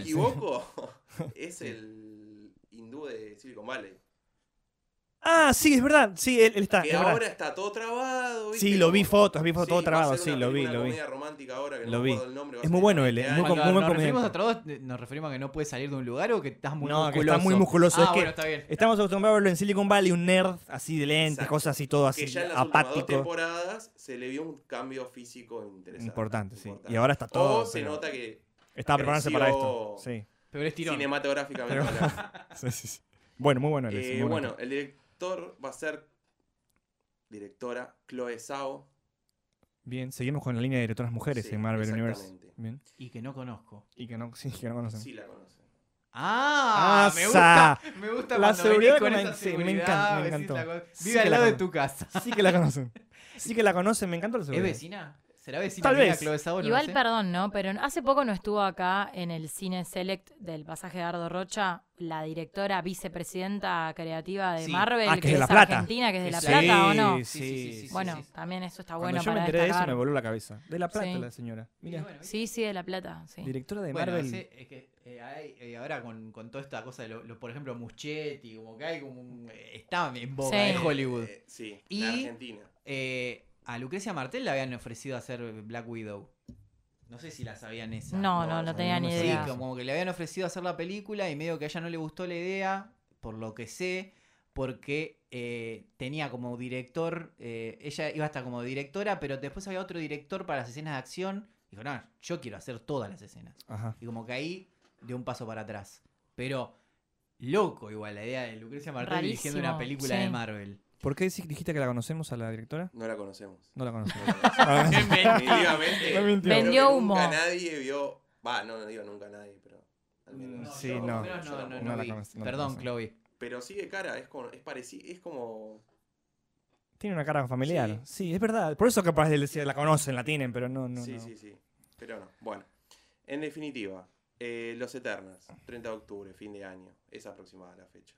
*laughs* equivoco, es el hindú de Silicon Valley. Ah, sí, es verdad. Sí, él, él está. Ah, que es verdad. ahora está todo trabado. ¿viste? Sí, lo vi Como- fotos, vi fotos Sí, todo va a trabado. ser Sí, una lo vi, película lo vi. comedia romántica ahora que no Lo me vi. acuerdo el nombre, va a Es ser muy bueno de él, es este muy año. com- Cuando nos buen referimos a comediante. todos, nos referimos a que no puedes salir de un lugar o que estás muy No, que musculoso. está muy musculoso. Ah, es que bueno, está bien. estamos acostumbrados a verlo en Silicon Valley, un nerd así de lentes, Exacto. cosas así, todo que así, ya en las últimas dos apático. temporadas se le vio un cambio físico interesante. Importante, sí. importante. Y ahora está todo. o se pero nota que estaba preparándose para esto. creció- Sí. Pero es tirón. cinematográficamente. Pero- hablando. *laughs* Sí, sí, sí. Bueno, muy bueno. él, sí, Eh, muy bueno, el director va a ser directora Chloe Zhao. Bien, seguimos con la línea de directoras mujeres Sí, en Marvel Universe. exactamente. Bien. Y que no conozco. Y que no, *laughs* sí, que no conocen. Sí la conocen. Ah, Ah, me sa. gusta. Me gusta La cuando seguridad venís con con la- esa sí, me seguridad, encanta, me decís la encantó. cosa- Sí Vive que al la lado de conozco. tu casa. Sí que la conocen. Sí que la conocen, me encanta la ¿Es seguridad. vecina? ¿Será vecina Tal mía, vez. Chloe Sabo? No lo Igual, sé. perdón, ¿no? Pero hace poco no estuvo acá en el cine Select del pasaje de Ardo Rocha la directora vicepresidenta creativa de Sí. Marvel, Ah, que es de La Plata. argentina, que es de La Sí. Plata, ¿o no? Sí, Sí, sí, sí, sí, bueno, sí, sí. también eso está Cuando bueno yo me para enteré de eso destacar. me voló la cabeza. De La Plata Sí. la señora. Y Mira, bueno, Sí, sí, de La Plata, sí. directora de Bueno, Marvel. sí, es que, eh, hay- eh, ahora con, con toda esta cosa de, lo- lo- por ejemplo, Muschetti, como que hay como un- eh, está en boga Sí. en Hollywood. Eh, sí, Y- la Argentina. Eh, a Lucrecia Martel le habían ofrecido hacer Black Widow. No sé si la sabían esa. No, No, no, no no, tenía no ni me Sí, idea. sabía. como que le habían ofrecido hacer la película y medio que a ella no le gustó la idea, por lo que sé, porque eh, tenía como director, eh, ella iba hasta como directora, pero después había otro director para las escenas de acción. Dijo, no, yo quiero hacer todas las escenas. Ajá. Y como que ahí dio un paso para atrás. Pero loco igual la idea de Lucrecia Martel Rarísimo, dirigiendo una película sí. de Marvel. ¿Por qué decí- dijiste que la conocemos a la directora? No *laughs* la conocemos. No la *laughs* conocemos. Ah, No la conocemos. Definitivamente, No mintió. creo que Vendió humo. Nunca nadie vio. Va, no, no digo nunca nadie, pero. Al menos. Sí, yo por lo no. menos Yo no, no, tampoco. no No la vi. conocí, no la Perdón, conocí. Chloe. Pero sí de cara, es como. Es parecido, es como. Tiene una cara familiar. Sí. Sí. es verdad. Por eso capaz de decir la conocen, la tienen, pero no, no. sí, no. sí, sí. Pero no. Bueno. En definitiva, eh, Los Eternas, 30 de octubre, fin de año. Es aproximada la fecha.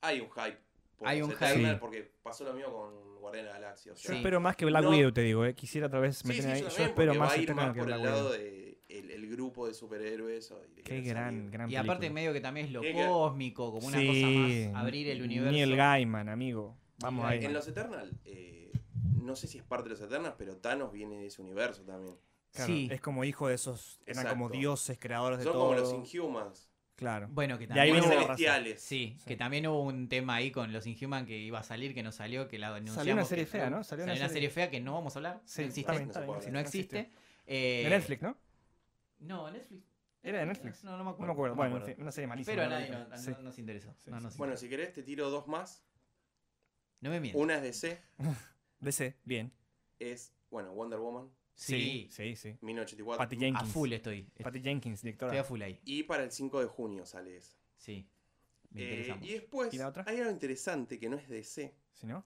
Hay un hype. por Hay Los un hype. Eternals Sí. Porque pasó lo mismo con Guardián de la Galaxia. O Yo sea, espero más que Black No. Widow, te digo, eh. Quisiera otra vez Sí, sí, meter ahí. Yo, yo, también, espero porque más va a ir Eterna más que por Black el Widow. lado del el, el grupo de superhéroes. o de que Qué quieren gran, salir. gran Y aparte película. medio que también es lo Tiene que- cósmico, como una Sí, cosa más, abrir el universo. Neil Gaiman, amigo. Vamos Neil ahí. En los Eternals, eh, no sé si es parte de los Eternals, pero Thanos viene de ese universo también. Claro, Sí. Es como hijo de esos. Eran Exacto. como dioses, creadores de Son todo. como los Inhumans, Claro. Bueno, que De ahí también como viene hubo, la- celestiales. sí, Sí. que también hubo un tema ahí con los Inhuman que iba a salir, que no salió, que la denunciamos. Salió una que serie fue- fea, ¿no? Salió una serie fea que no vamos a hablar. Sí, está no bien, existe. está No se bien, puede sí, No existe. Eh, De Netflix, ¿no? No, Netflix. Era de Netflix. No, no me acuerdo. No me acuerdo. no me Bueno, en acuerdo. fin, una serie malísima. Pero a la nadie verdad. no- Sí. no nos interesó. Sí, No sí, nos Bueno, interesó. si querés te tiro dos más. No me mientas. Una es DC, DC, bien. es, bueno, Wonder Woman, Sí, Sí, sí. 1984. Patty Jenkins. a full estoy. Patty Jenkins, Estoy a directora. full ahí. Y para el 5 de junio sale esa. Sí. Me Eh, interesa y mucho. después ¿Y la otra? hay algo interesante que no es DC, ¿Sí, no?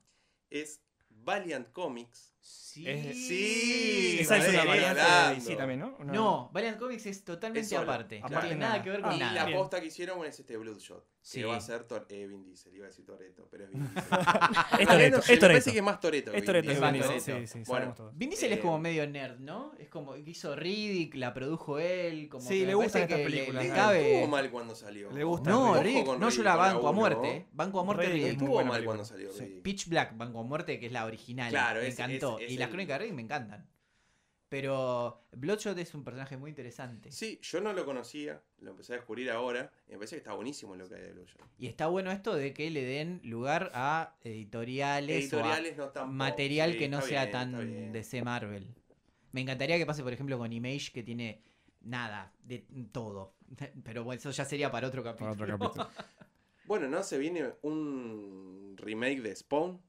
es Valiant Comics. Sí. es- Sí, Esa es Valeria, una variante de hablando. DC también, ¿no? Una- No, Valiant Comics es totalmente Es solo. aparte. No Aparte tiene nada. nada que ver con Ah, y nada. la Bien. posta que hicieron es este Bloodshot. Sí. Que va a ser Tor- eh, Vin Diesel, iba a decir Toreto, pero *laughs* es Vin Diesel. Es Ah, Toretto, no sé, es me parece que Toretto. es más Toreto. Es Toretto, Es es Van Vin Diesel, Toretto. Sí, sí, Bueno, sabemos todos. Vin Diesel es Eh, como medio nerd, ¿no? Es como que hizo Riddick, la produjo él, como Sí, le que me gustan parece estas que le- películas. Le, Ah, Estuvo cabe. mal cuando salió. Le gusta No, Ojo Riddick, no yo la banco a muerte, eh. banco a muerte Riddick Riddick. es muy Estuvo buena mal película. cuando salió. Sí. Riddick. Pitch Black, Banco a muerte, que es la original. Claro, me es- encantó. es- es y las el- crónicas de Riddick me encantan. Pero Bloodshot es un personaje muy interesante. Sí, yo no lo conocía, lo empecé a descubrir ahora y me parece que está buenísimo lo que hay de Blue Jack. Y está bueno esto de que le den lugar a editoriales, Editoriales no o a tan ah, material que no sea tan DC Marvel. Me encantaría que pase, por ejemplo, con Image, que tiene nada, de todo. *laughs* Pero bueno, eso ya sería para otro Para capítulo. otro capítulo. Bueno, ¿no? Se viene un remake de Spawn.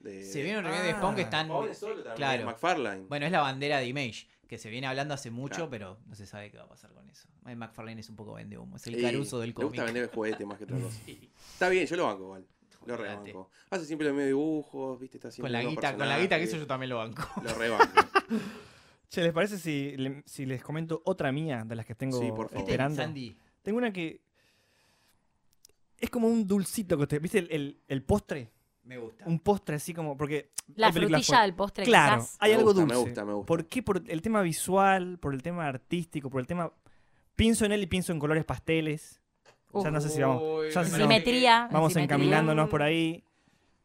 De... *laughs* Se viene un remake de Ah, Spawn que están. Spawn es solo también, Claro. es McFarlane. Bueno, es la bandera de Image, que se viene hablando hace mucho, Claro. pero no se sabe qué va a pasar con eso. Eh, McFarlane es un poco vende humo, es el Y caruso del Le gusta cómic. vender el juguete más que otra *laughs* cosa. Está bien, yo lo banco igual. Lo Olvídate. rebanco. Hace siempre los mismos dibujos, viste, está siempre *laughs* Con la los mismos guita, con la guita que eso yo personajes. también lo banco. Este Lo rebanco. Che, ¿les parece si, le- si les comento otra mía de las que tengo Sí, por favor. ¿Viste? esperando? Este Sandy. Tengo una que. Es como un dulcito que usted. ¿Viste el, el- el postre? Me gusta. Un postre así como. Porque. La hay películas frutilla fu- del postre, Claro, quizás. hay Me algo gusta, me dulce. gusta, me gusta. ¿Por qué? Por el tema visual, por el tema artístico, por el tema. Pienso en él y pienso en colores pasteles. Uf. ya no sé si vamos. Uy, ya no me sé si vamos, parece Simetría. Ah, vamos simetría. encaminándonos por ahí.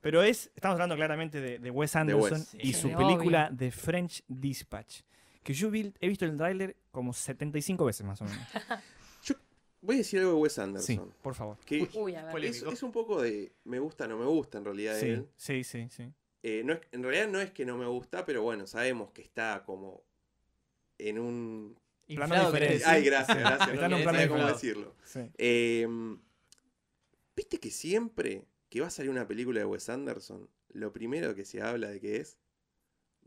Pero es. Estamos hablando claramente de, de Wes Anderson Wes. y Sí, su obvio. película The French Dispatch. Que yo vi- he visto el tráiler como 75 veces más o menos. Voy a decir algo de Wes Sí, Anderson. por favor. Que Uy, a ver. Poli- es, Polémico. es un poco de me gusta, no me gusta en realidad de Sí, él. sí, sí, sí. Eh, no es- en realidad no es que no me gusta, pero bueno, sabemos que está como en un... Plano Inflado, diferente. querés decir. Ay, *laughs* gracias, gracias. Está en un no plan sabía cómo inflado. decirlo. sí. Eh, Viste que siempre que va a salir una película de Wes Anderson, lo primero que se habla de que es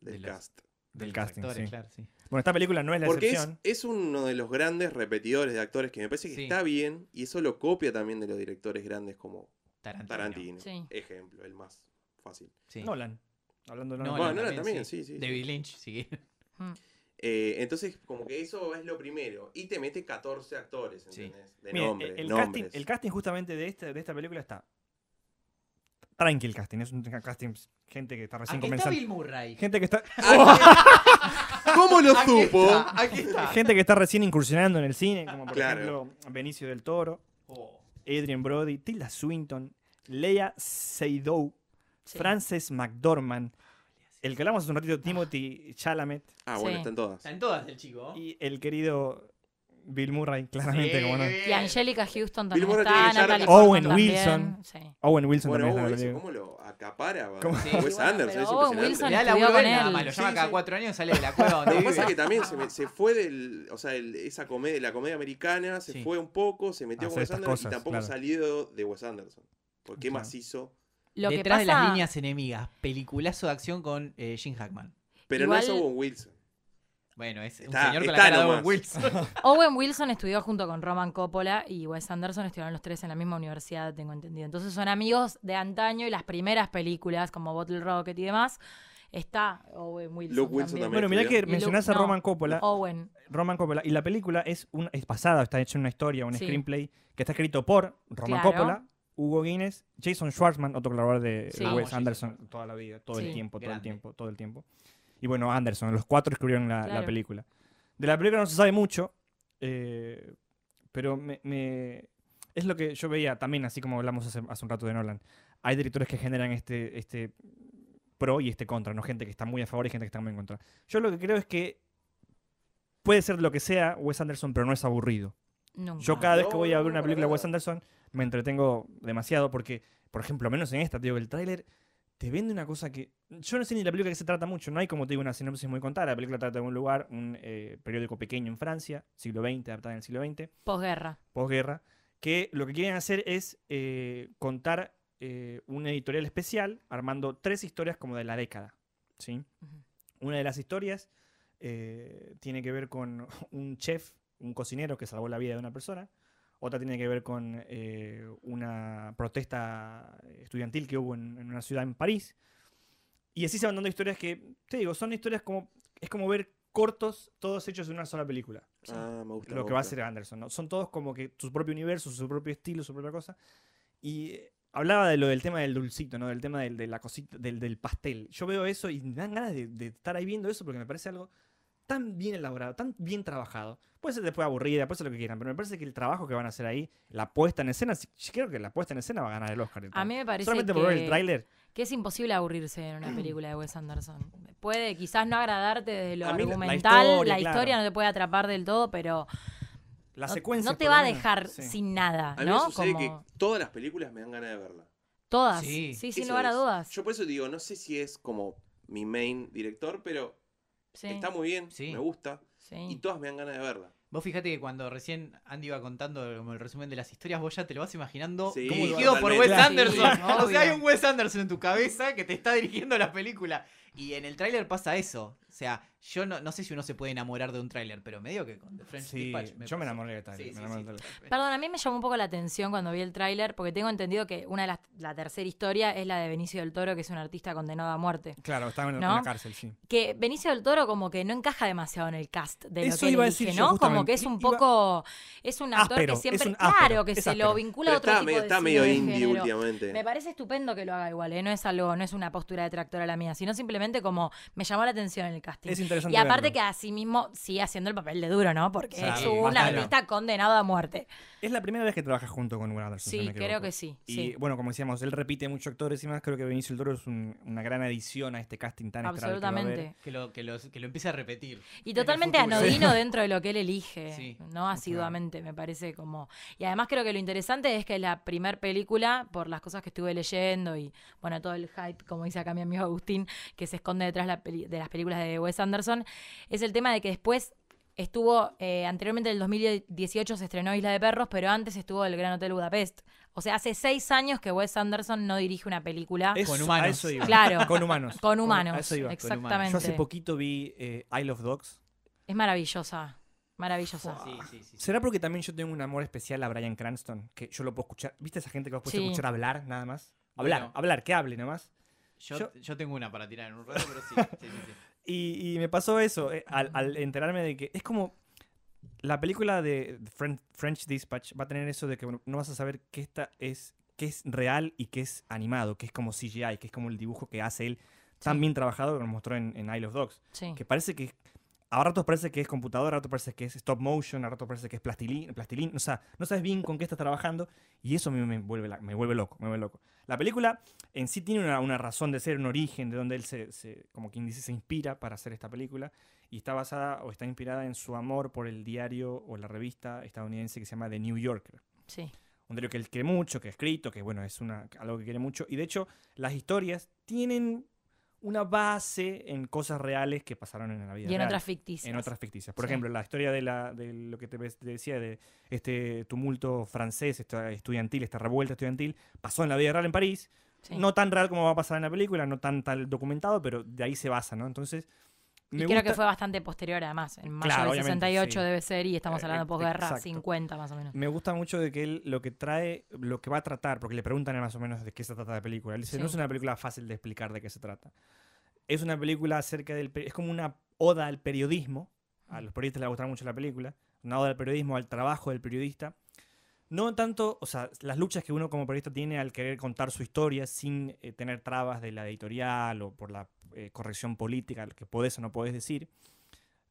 De del los- cast. Del casting, Actores, sí. claro, sí. Bueno, esta película no es la Porque es, excepción. es uno de los grandes repetidores de actores que me parece que Sí. está bien y eso lo copia también de los directores grandes como Tarantino. Tarantino. Sí. Ejemplo, el más fácil. Sí. Nolan. Hablando de No, Nolan. bueno, Nolan Nolan también, también, sí. sí, sí. sí. David Lynch, sí. Mm. Eh, entonces, como que eso es lo primero. Y te mete 14 actores, Sí. ¿entendés? De Mira, nombre, el, casting, nombres. el casting justamente de esta, de esta película está. Tranqui el casting, es un casting. Gente que está recién Aquí está comenzando. Bill Murray. Gente que está. *laughs* Ah, *laughs* ¿Cómo lo Aquí supo? está, aquí *laughs* está. Gente que está recién incursionando en el cine, como por Claro. ejemplo Benicio del Toro, Oh, Adrian Brody, Tilda Swinton, Leia Seydoux, Sí. Frances McDormand, el que hablamos hace un ratito, Timothy Chalamet, Ah, bueno, Sí. están todas. Está en todas el chico. y el querido Bill Murray, claramente, Sí, como no. bien. Y Angélica Houston también Bill Murray tiene está, que estar- Natalie Portman Owen también, Wilson. sí. Owen Wilson Bueno, también. Owen está Wilson, en la película. ¿cómo lo acapara? ¿Cómo? Sí, Wes bueno, Anderson, pero Owen es impresionante. Wilson Le da Estudió laburo con él, nada él. más. Lo llama Sí, cada sí. cuatro años y sale de la cueva *laughs* donde Lo que vive. pasa es que también se, me- se fue del, o sea, el- esa comedia, la comedia americana, se Sí. fue un poco, se metió Hacer con Wes estas Anderson cosas, y tampoco claro. salió de Wes Anderson. Porque qué Claro. más hizo. Lo que Detrás pasa, de las líneas enemigas, peliculazo de acción con eh, Jim Hackman. Pero Igual- no es Owen Wilson. Bueno, es un Está- señor con la está cara de Owen nomás. Wilson. *laughs* Owen Wilson estudió junto con Roman Coppola y Wes Anderson estudiaron los tres en la misma universidad, tengo entendido. Entonces son amigos de antaño y las primeras películas como Bottle Rocket y demás está Owen Wilson. Luke Wilson Bueno, mirá que Estudió. mencionás a no. Oh. Roman Coppola. Owen. Roman Coppola. Y la película es, un, es basada, está hecha en una historia, un Sí. screenplay que está escrito por Roman Claro. Coppola, Hugo Guinness, Jason Schwartzman, otro colaborador de Sí. Amo a Wes Jason Anderson Schwartzman. toda la vida, todo el Sí. tiempo, todo el Grande. tiempo, todo el tiempo. Y bueno, Anderson, los cuatro escribieron la, la Claro. película. De la película no se sabe mucho, eh, pero me, me- es lo que yo veía también, así como hablamos hace, hace un rato de Nolan. Hay directores que generan este, este pro y este contra, ¿no? Gente que está muy a favor y gente que está muy en contra. Yo lo que creo es que puede ser lo que sea Wes Anderson, pero no es aburrido. Nunca. Yo cada vez que No, voy a no, ver una para película de Wes nada. Anderson me entretengo demasiado porque, por ejemplo, menos en esta, te digo, el tráiler te vende una cosa que... Yo no sé ni la película que se trata mucho, no hay como te digo una sinopsis muy contada, la película trata de un lugar, un eh, periódico pequeño en Francia, siglo XX, adaptada en el siglo XX, Posguerra. posguerra, que lo que quieren hacer es eh, contar eh, un editorial especial armando tres historias como de la década. ¿sí? Ujú. Una de las historias eh, tiene que ver con *laughs* un chef, un cocinero que salvó la vida de una persona. Otra tiene que ver con eh, una protesta estudiantil que hubo en, en una ciudad en París. Y así se van dando historias que, te digo, son historias como, es como ver cortos, todos hechos en una sola película Ah, me gusta. lo me que va a gusta. hacer Anderson. ¿no? Son todos como que su propio universo, su propio estilo, su propia cosa. Y eh, hablaba de lo del tema del dulcito, ¿no? Del tema del, de la cosita, del, del pastel. Yo veo eso y me dan ganas de, de estar ahí viendo eso porque me parece algo tan bien elaborado, tan bien trabajado. Puede ser después aburrida, puede ser lo que quieran, pero me parece que el trabajo que van a hacer ahí, la puesta en escena, sí, yo creo que la puesta en escena va a ganar el Oscar. A mí me parece Solamente que, por ver el tráiler. que es imposible aburrirse en Mm. una película de Wes Anderson. Puede quizás no agradarte desde lo A mí la- la argumental, la historia, historia, claro. no te puede atrapar del todo, pero La no- secuencia. no, te va a dejar sin nada, A mí ¿no? me sucede Como que todas las películas me dan ganas de verla. todas. Sí, Sí. sin Eso lugar a es. dudas. Yo por eso digo, no sé si es como mi main director, pero Sí, está muy bien, Sí. me gusta. sí. Y todas me dan ganas de verla. Vos fijate que cuando recién Andy iba contando como el resumen de las historias, vos ya te lo vas imaginando Sí, como dirigido por Wes totalmente. Anderson. Sí, o obvio. sea, hay un Wes Anderson en tu cabeza que te está dirigiendo la película. Y en el tráiler pasa eso. O sea, yo no, no sé si uno se puede enamorar de un tráiler, pero medio que con The French Sí, Dispatch yo me pasó. enamoré del tráiler, Sí, me sí, enamoré sí. del Perdón, a mí me llamó un poco la atención cuando vi el tráiler, porque tengo entendido que una de las, la tercera historia es la de Benicio del Toro, que es un artista condenado a muerte. Claro, estaba en, en la ¿No? la cárcel, sí. Que Benicio del Toro como que no encaja demasiado en el cast de lo Eso que él iba a elige, decir yo, ¿no? Como justamente. que es un Iba- poco, es un actor Áspero, que es siempre, un áspero, claro, que es se áspero. lo vincula Pero a otro está tipo medio, de está cine medio de indie género. últimamente. Me parece estupendo que lo haga igual, ¿eh? no es algo, no es una postura detractora la mía, sino simplemente como me llamó la atención el casting. Es interesante. y aparte verlo. que asimismo sigue haciendo el papel de duro, ¿no? Porque Sí, es un bastante. artista condenado a muerte. Es la primera vez que trabaja junto con Wes Anderson. si no Sí, me creo equivoco. que sí. Y sí. bueno, como decíamos, él repite muchos actores y más. Creo que Benicio del Toro es un- una gran adición a este casting tan esperado. que va a haber. Absolutamente. Que lo, que, los- que lo empiece a repetir. Y En el totalmente futuro. anodino dentro de lo que él elige, Sí. ¿no? Asiduamente, me parece como... Y además creo que lo interesante es que la primer película, por las cosas que estuve leyendo y, bueno, todo el hype, como dice acá mi amigo Agustín, que se esconde detrás la peli- de las películas de Wes Anderson, es el tema de que después estuvo, eh, anteriormente en el 2018 se estrenó Isla de Perros, pero antes estuvo El Gran Hotel Budapest. O sea, hace seis años que Wes Anderson no dirige una película Eso- Con humanos. a eso iba. *laughs* Claro. Con humanos. con a humanos. eso iba. exactamente. Yo hace poquito vi eh, Isle of Dogs. Es maravillosa, maravillosa. Sí, sí, sí, sí. ¿Será porque también yo tengo un amor especial a Brian Cranston? Que yo lo puedo escuchar. ¿Viste esa gente que vos puedes Sí. escuchar hablar nada más? Hablar, Bueno. hablar, que hable nada más. Yo, Yo- *laughs* yo tengo una para tirar en un rato, pero sí. sí, sí, sí. Y, y me pasó eso, eh, al, al enterarme de que es como la película de Fren- French Dispatch va a tener eso de que no vas a saber qué esta es qué es real y qué es animado, que es como CGI, que es como el dibujo que hace él tan Sí. bien trabajado que nos mostró en, en Isle of Dogs, Sí. que parece que a ratos parece que es computadora, a ratos parece que es stop motion, a ratos parece que es plastilina, plastilín, o sea, no sabes bien con qué estás trabajando y eso a mí me, vuelve, la- me vuelve loco, me vuelve loco. La película en sí tiene una, una razón de ser, un origen de donde él se, se- como quien dice, se inspira para hacer esta película y está basada o está inspirada en su amor por el diario o la revista estadounidense que se llama The New Yorker. Sí. Un diario que él quiere mucho, que ha escrito, que bueno, es una, algo que quiere mucho. Y de hecho, las historias tienen una base en cosas reales que pasaron en la vida. Y en real, otras ficticias. en otras ficticias. Por Sí. ejemplo, la historia de, la, de lo que te, ves- te decía, de este tumulto francés, esta estudiantil, esta revuelta estudiantil, pasó en la vida real en París. Sí. No tan real como va a pasar en la película, no tan tal documentado, pero de ahí se basa, ¿no? Entonces, y creo que fue bastante posterior además. En mayo Claro, del obviamente, 68 sí. debe ser y estamos Eh, hablando eh, posguerra, exacto. 50 más o menos. Me gusta mucho de que él lo que trae, lo que va a tratar, porque le preguntan más o menos de qué se trata la película. Él dice, no Sí. es una película fácil de explicar de qué se trata. Es una película acerca del... pe- Es como una oda al periodismo. A los periodistas les va a gustar mucho la película. Una oda al periodismo, al trabajo del periodista. No tanto, o sea, las luchas que uno como periodista tiene al querer contar su historia sin eh, tener trabas de la editorial o por la eh, corrección política, lo que podés o no podés decir.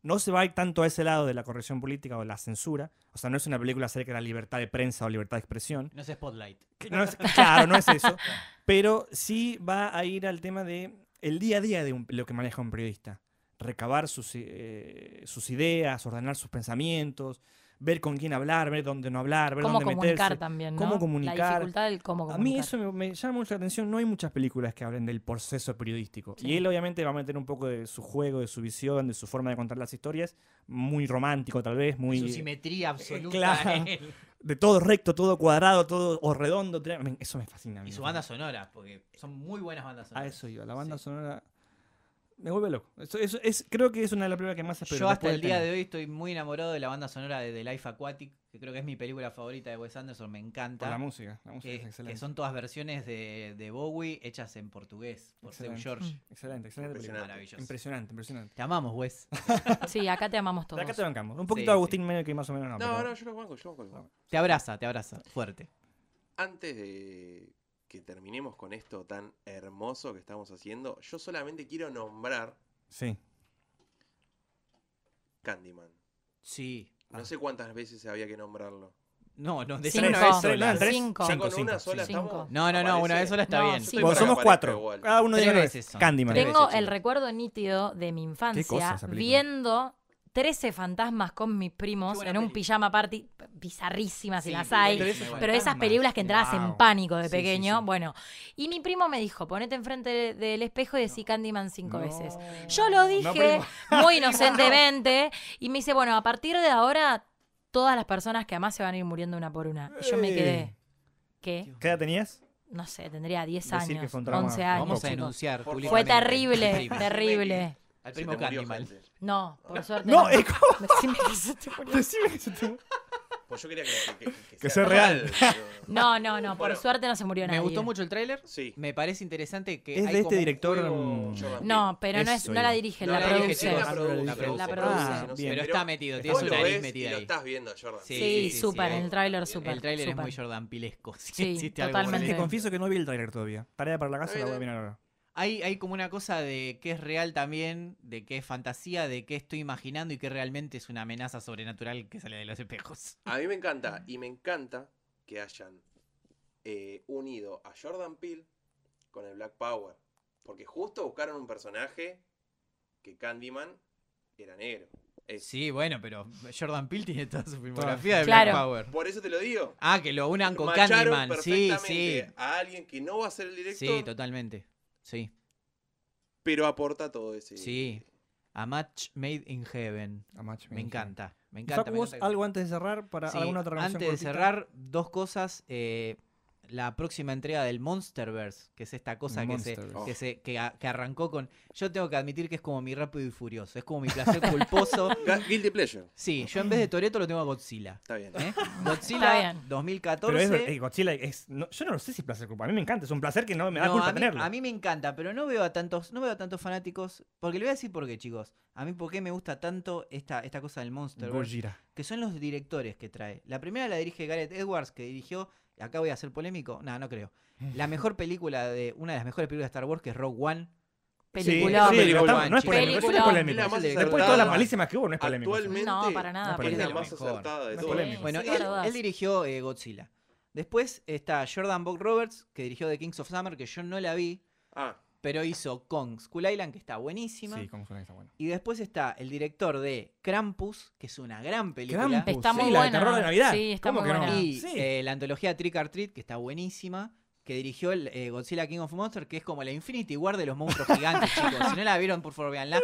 No se va a ir tanto a ese lado de la corrección política o la censura. O sea, no es una película acerca de la libertad de prensa o libertad de expresión. No es Spotlight. Que no es- claro, no es eso. Pero sí va a ir al tema de el día a día de un- lo que maneja un periodista. Recabar sus, eh, sus ideas, ordenar sus pensamientos, ver con quién hablar, ver dónde no hablar, ver Cómo dónde meterse. comunicar también, ¿no? cómo La comunicar. dificultad del cómo A comunicar. mí eso me, me llama mucho la atención. No hay muchas películas que hablen del proceso periodístico. Sí. Y él obviamente va a meter un poco de su juego, de su visión, de su forma de contar las historias. Muy romántico tal vez, muy... Eh, Su simetría absoluta. claro. él. De todo recto, todo cuadrado, todo o redondo. tri- me- Eso me fascina. a mí, Y me su fascina. banda sonora, porque son muy buenas bandas A sonoras. eso iba, la banda Sí. sonora me vuelve loco. Eso, eso es, creo que es una de las películas que más espero. Yo hasta después el día Tenet. de hoy estoy muy enamorado de la banda sonora de The Life Aquatic, que creo que es mi película favorita de Wes Anderson, me Por la encanta. Eh, música, la música es Que, que excelente. son todas versiones de, de Bowie hechas en portugués, por Seu Excelente. Mm. George. Excelente, excelente película. Maravilloso. Impresionante, impresionante. Te amamos, Wes. Sí, acá te amamos De todos. acá te bancamos. Un poquito Sí, Agustín menos que más o menos no. No, pero- no, yo los banco, yo los banco. Te abraza, te abraza. Fuerte. Antes de que terminemos con esto tan hermoso que estamos haciendo, yo solamente quiero nombrar Sí. Candyman. Sí. Ah. No sé cuántas veces había que nombrarlo. Ah. No, no, Cinco. decime una vez sola. no, tres, Cinco. Ya cinco, con una cinco, sola sí. Cinco. estamos. No, no, no, ¿Aparece? una vez sola está No, bien. sí. Estoy Bueno, para somos que cuatro. aparezca igual. Cada uno de Tres una veces vez. son. Candyman. Tres Tengo veces, el chicos. recuerdo nítido de mi cosa infancia esa película. viendo 13 fantasmas con mis Qué primos buena en un peli. pijama party bizarrísimas Sí, y las muy hay. buena. Tres- Pero Pero esas Fantasmas. películas que entrabas Wow. en pánico de Sí, sí, pequeño, sí. bueno. Y mi primo me dijo, ponete enfrente de- del espejo y decí Candyman cinco No. veces. Yo lo dije *laughs* muy inocentemente y me dice, bueno, a partir de ahora todas las personas que además se van a ir muriendo una por una. Y yo me Ey. quedé, ¿qué? ¿Qué edad tenías? No sé, tendría 10 Decir que años, fue un trauma. 11 Lo años. Vamos a chicos. denunciar Por Fue públicamente. favor. *laughs* terrible, *laughs* Al terrible. Al Se primo te murió Candyman. gente. No, por suerte. No, es *laughs* Decime que se te murió. Decime que se te- Pues yo quería que, que- que Que sea real. *laughs* pero- No, no, no, por Bueno. suerte no se murió nadie. Me gustó mucho el tráiler. Sí. Me parece interesante que Es hay de como este un director. juego- mm, Jordan No, pero no, es, Eso no la iba. dirige, No la, la dirige, produce. sí, la produce. La produce. La Ah, produce, no sé, bien. Pero está metido, tiene Vos su lo nariz ves metida y lo ahí. estás viendo, Jordan. Sí, Sí, sí, súper, sí. en el tráiler súper. El tráiler es súper. muy Jordan Pilesco. *laughs* si Sí, existe algo por Sabes totalmente. que ahí. confieso que no vi el trailer todavía. Tarea para la casa, la voy a mirar ahora. Hay, hay como una cosa de que es real también, de que es fantasía, de que estoy imaginando y que realmente es una amenaza sobrenatural que sale de los espejos. A mí me encanta, y me encanta que hayan eh, unido a Jordan Peele con el Black Power. Porque justo buscaron un personaje que Candyman era negro. Eh, Es- Sí, bueno, pero Jordan Peele tiene toda su filmografía de Claro. Black Power. Por eso te lo digo. Ah, que lo unan con Macharon Candyman. Sí, sí. perfectamente A alguien que no va a ser el director, Sí, totalmente. Sí, pero aporta todo ese. sí. A Match Made in Heaven. A Match Me Made. encanta. Me Y encanta. Facu, me vos encanta. algo antes de cerrar para Sí, alguna otra Antes recomendación de cortita? cerrar, dos cosas. eh, la próxima entrega del Monsterverse, que es esta cosa que se, Monsterverse. Oh. que, se- que a- que arrancó con. Yo tengo que admitir que es como mi rápido y furioso, es como mi placer *laughs* culposo. Ga- Guilty Pleasure. Sí, yo en vez de Toreto lo tengo a Godzilla. Está bien. *laughs* ¿eh? Godzilla Está bien. Pero 2014. es, eh, Godzilla es. no- yo no lo sé si es placer culpa. A mí me encanta. Es un placer que no me da No, culpa a mí, tenerlo. a mí me encanta, pero no veo a tantos, no veo a tantos fanáticos. Porque le voy a decir por qué, chicos. A mí por qué me gusta tanto esta, esta cosa del Monsterverse. Gojira. Que son los directores que trae. La primera la dirige Gareth Edwards, que dirigió. Acá voy a ser polémico. No, no creo. La mejor película de. Una de las mejores películas de Star Wars, que es Rogue One. Película. Sí, sí, Película, pero estamos- no es chicos. polémico. Eso no es Película. polémico. Es la más Después de todas las acertada. malísimas que hubo, no es polémico. eso. Actualmente No, para nada, es polémico. la más Mejor. acertada de No es todas. polémico. Bueno, Sin él, lugar a dudas. él dirigió eh, Godzilla. Después está Jordan Bob Roberts, que dirigió The Kings of Summer, que yo no la vi, Ah, pero hizo Kong Skull Island, que está buenísima. Sí, como suena está bueno. Y después está el director de Krampus, que es una gran película. Krampus. Está Sí, la muy de buena. terror de Navidad. Sí, está ¿Cómo muy que no? buena. Y Ah, Sí. eh, la antología Trick or Treat, que está buenísima, que dirigió el, eh, Godzilla King of Monsters, que es como la Infinity War de los monstruos gigantes, chicos. Si no la vieron, por favor, véanla.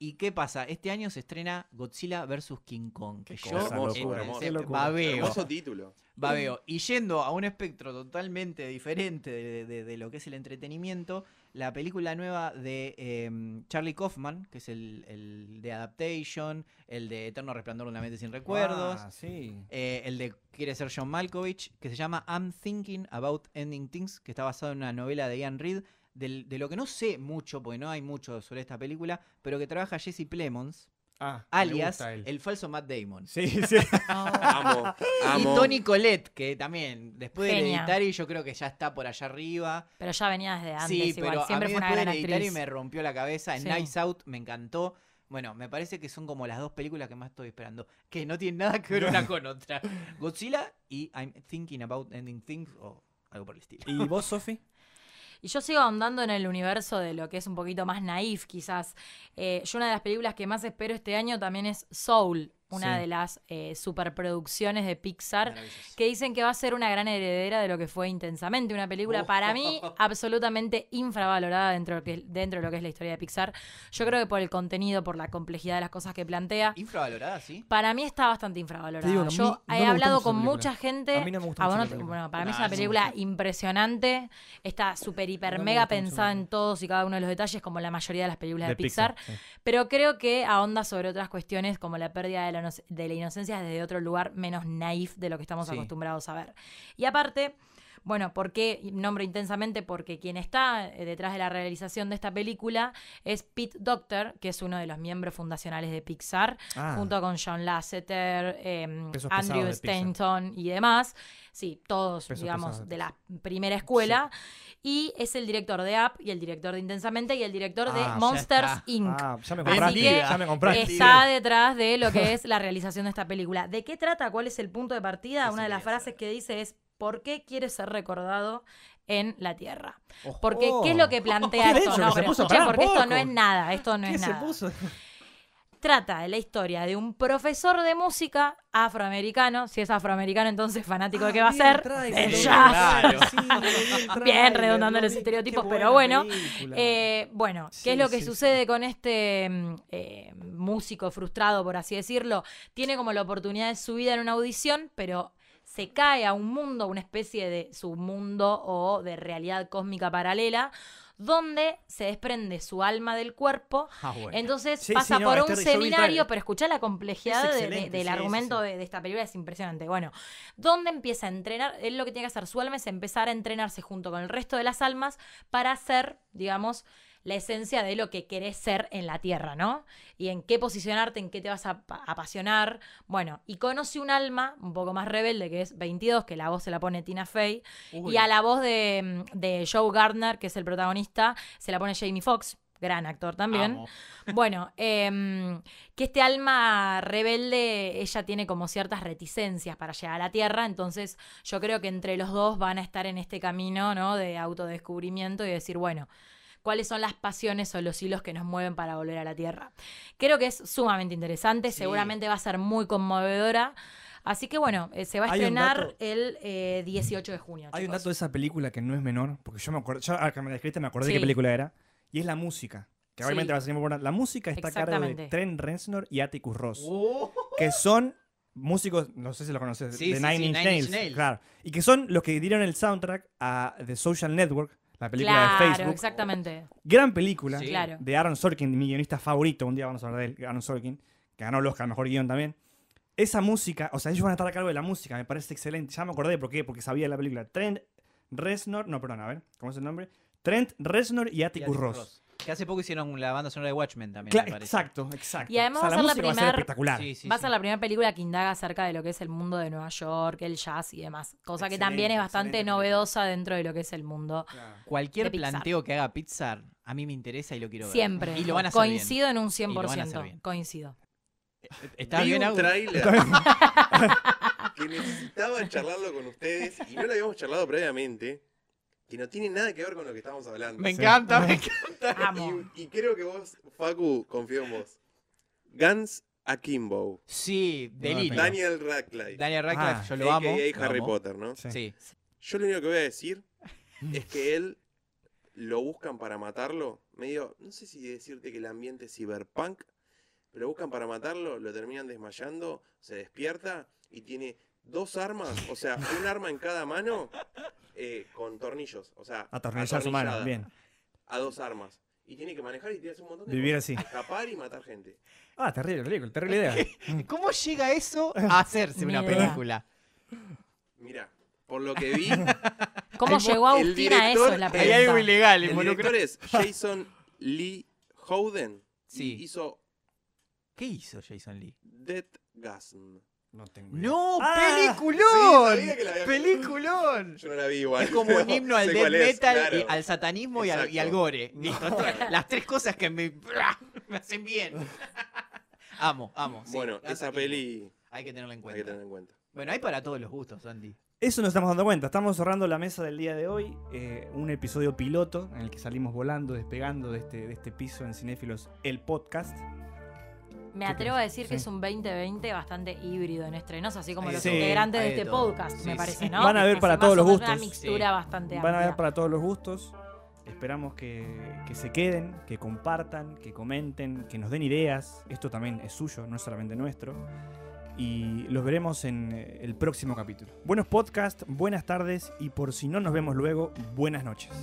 ¿Y qué pasa? Este año se estrena Godzilla vs. King Kong, que yo cosa en- locura, hermoso. en- Qué locura. babeo. hermoso título. Babeo. Y yendo a un espectro totalmente diferente de, de- de lo que es el entretenimiento, la película nueva de em, Charlie Kaufman, que es el, el de Adaptation, el de Eterno Resplandor de una mente sin recuerdos, Ah, sí. eh, el de Quiere ser John Malkovich, que se llama I'm Thinking About Ending Things, que está basado en una novela de Ian Reed, del- de lo que no sé mucho, porque no hay mucho sobre esta película, pero que trabaja Jesse Plemons, Ah, me alias gusta él. el falso Matt Damon. *laughs* Sí, sí. Amo, amo. *laughs* Y Tony Colette, que también, después de Genia. Hereditary, yo creo que ya está por allá arriba. Pero ya venía desde antes. sí, igual. pero Siempre a mí fue después una gran de Hereditary actriz. me rompió la cabeza. En Sí. Nights Out me encantó. Bueno, me parece que son como las dos películas que más estoy esperando, que no tienen nada que ver una con otra. Godzilla y I'm Thinking About Ending Things o algo por el estilo. ¿Y vos, Sofi? Y yo sigo ahondando en el universo de lo que es un poquito más naif, quizás. Eh, yo una de las películas que más espero este año también es Soul, una Sí. de las eh, superproducciones de Pixar, Maravilloso. que dicen que va a ser una gran heredera de lo que fue Intensamente, una película Oh. para mí absolutamente infravalorada dentro de, lo que, dentro de lo que es la historia de Pixar. Yo creo que por el contenido, por la complejidad de las cosas que plantea. Infravalorada, sí. Para mí está bastante Te digo infravalorada. que a mí no Yo he me gustó hablado mucho con la película. mucha gente. A mí no me gustó Ah, mucho vos no la te- película. bueno, para No, mí es a una mí me película impresionante. Está súper, hiper, No me mega gustó mucho la pensada película. en todos y cada uno de los detalles, como la mayoría de las películas de, Pixar. sí. Pero creo que ahonda sobre otras cuestiones como la pérdida de la, inoc- de la inocencia desde otro lugar menos naif de lo que estamos Sí. acostumbrados a ver. Y aparte, bueno, ¿por qué nombro intensamente? Porque quien está eh, detrás de la realización de esta película es Pete Docter, que es uno de los miembros fundacionales de Pixar Ah, junto con John Lasseter, eh, Pesos pesados Andrew de Pixar. Stanton y demás. Sí, todos, Pesos digamos, pesados de de la primera escuela. Y es el director de Up y el director de Intensamente y el director de Ah, ya Monsters está. Inc. Ah, ya me Así compraste. que ya me compraste. Está detrás de lo que es la realización de esta película. ¿De qué trata? ¿Cuál es el punto de partida? Eso Una de las quería frases saber. que dice es ¿Por qué quieres ser recordado en la Tierra? Ojo. Porque, ¿qué es lo que *laughs* plantea Qué esto? bello No, que se pero puso, escuchen, pará, porque esto poco. no es nada, esto no es nada trata de la historia de un profesor de música afroamericano, si es afroamericano entonces fanático Ah, de qué va a ser, el jazz. *laughs* Claro. Bien, redundando los estereotipos, pero bueno. Eh, bueno, ¿qué Sí, es lo que sí, sucede con este mm, eh, músico frustrado, por así decirlo? Tiene como la oportunidad de su vida en una audición, pero se cae a un mundo, una especie de submundo o de realidad cósmica paralela, donde se desprende su alma del cuerpo Ah, bueno. entonces Sí, pasa sí, no, por es un terri- yo vi el seminario, tráiler. pero escuchá la complejidad Es de- de- excelente, sí, del sí, argumento sí. De, de esta película, es impresionante. Bueno, ¿dónde empieza a entrenar? Él lo que tiene que hacer su alma es empezar a entrenarse junto con el resto de las almas para hacer, digamos, la esencia de lo que querés ser en la Tierra, ¿no? Y en qué posicionarte, en qué te vas a pa- apasionar. Bueno, y conoce un alma un poco más rebelde, que es 22, que la voz se la pone Tina Fey, Uy. y a la voz de, de Joe Gardner, que es el protagonista, se la pone Jamie Foxx, gran actor también. Amo. Bueno, em, que este alma rebelde, ella tiene como ciertas reticencias para llegar a la Tierra, entonces yo creo que entre los dos van a estar en este camino, ¿no? De autodescubrimiento y decir, bueno, cuáles son las pasiones o los hilos que nos mueven para volver a la Tierra. Creo que es sumamente interesante, Sí. seguramente va a ser muy conmovedora. Así que bueno, eh, se va a Hay un estrenar dato- el eh, 18 de junio. Hay un chicos. dato de esa película que no es menor, porque yo me acuerdo, ya al que me la describiste me acordé Sí. qué película era, y es la música. Que Sí. obviamente va a ser muy buena. La música está a cargo de Exactamente. Trent Reznor y Atticus Ross, Oh. que son músicos, no sé si los conoces, Sí, de sí, Nine, sí, Inch Nine Inch Nails, Nails. Claro. Y que son los que dieron el soundtrack a The Social Network, la película de claro, Facebook. exactamente. Gran película Sí. Claro. de Aaron Sorkin, mi guionista favorito. Un día vamos a hablar de él, Aaron Sorkin, que ganó el Oscar al mejor guión también. Esa música, o sea, ellos van a estar a cargo de la música, me parece excelente. Ya me acordé por qué, porque sabía de la película. Trent Reznor, no, perdón, a ver, ¿cómo es el nombre? Trent Reznor y Atticus Ross. Que hace poco hicieron la banda sonora de Watchmen también. Cla- me parece. exacto, exacto. Y además O sea, va a ser la música va a ser primer- espectacular. Sí, sí, Va a sí. ser la primera película que indaga acerca de lo que es el mundo de Nueva York, el jazz y demás. Cosa que también Excelente, es bastante excelente película. novedosa dentro de lo que es el mundo. de Cualquier Pixar. planteo que haga Pixar, a mí me interesa y lo quiero ver. Siempre. Y lo van a hacer bien. Coincido Y en un lo van a hacer 100%. bien. *laughs* Coincido. ¿Está Vi bien, un Agus? tráiler *laughs* que necesitaba charlarlo con ustedes y no lo habíamos charlado previamente, que no tiene nada que ver con lo que estamos hablando. *laughs* Me Sí. encanta, me encanta. Amo. Y, y creo que vos, Facu, confío en vos. Guns Akimbo. Sí, Sí. delirio. Daniel Radcliffe. Daniel Radcliffe, Ah, yo lo amo. AKA lo Harry amo. Potter, ¿no? Sí. Sí. Yo lo único que voy *laughs* a decir es que él lo buscan para matarlo. Medio, no sé si decirte que el ambiente es cyberpunk, pero lo buscan para matarlo, lo terminan desmayando, se despierta y tiene dos armas, o sea, *laughs* un arma en cada mano eh, con tornillos, o sea, Atornillar su mano, atornillada bien. a dos armas. Y tiene que manejar y tiene que hacer un montón de Vivir cosas. así. Escapar y matar gente. Ah, terrible, terrible, terrible idea. *clears throat* ¿Cómo llega eso a hacerse Ni una idea. *laughs* película? Mira, por *laughs* lo que vi, ¿Cómo llegó el Agustín a eso? director- Es la Ahí Hay algo pregunta. ilegal el involucrado. director es Jason Lee Howden. y Sí. Hizo ¿Qué hizo Jason Lee? Dead Gasm. No tengo idea. ¡No! Ah, ¡Peliculón! sí, sabía que la había- ¡Peliculón! *laughs* Yo *laughs* no la vi igual. Es como un himno al Sé death cuál es, metal, y claro. al satanismo y al, y al Exacto. gore. Listo, esto- Las tres cosas que me, me hacen bien. amo, amo. sí, Bueno, Guns esa Akimbo. peli Hay que tenerla en hay que cuenta. tener en cuenta. Bueno, hay para todos los gustos, Andy. Eso nos estamos dando cuenta. Estamos cerrando la mesa del día de hoy. eh, un episodio piloto en el que salimos volando, despegando de este, de este piso en Cinéfilos, el podcast. Me atrevo a decir Sí. que es un 2020 bastante híbrido en estrenos, así como Hay los de todo, integrantes hay de de este todo. podcast, Sí, me sí. parece, ¿no? Van a haber Es para más todos o los menos Una gustos. mixtura Sí. bastante Van a amplia. ver para todos los gustos. Esperamos que, que se queden, que compartan, que comenten, que nos den ideas. Esto también es suyo, no es solamente nuestro. Y los veremos en eh, el próximo capítulo. Buenos podcasts, buenas tardes y por si no nos vemos luego, buenas noches.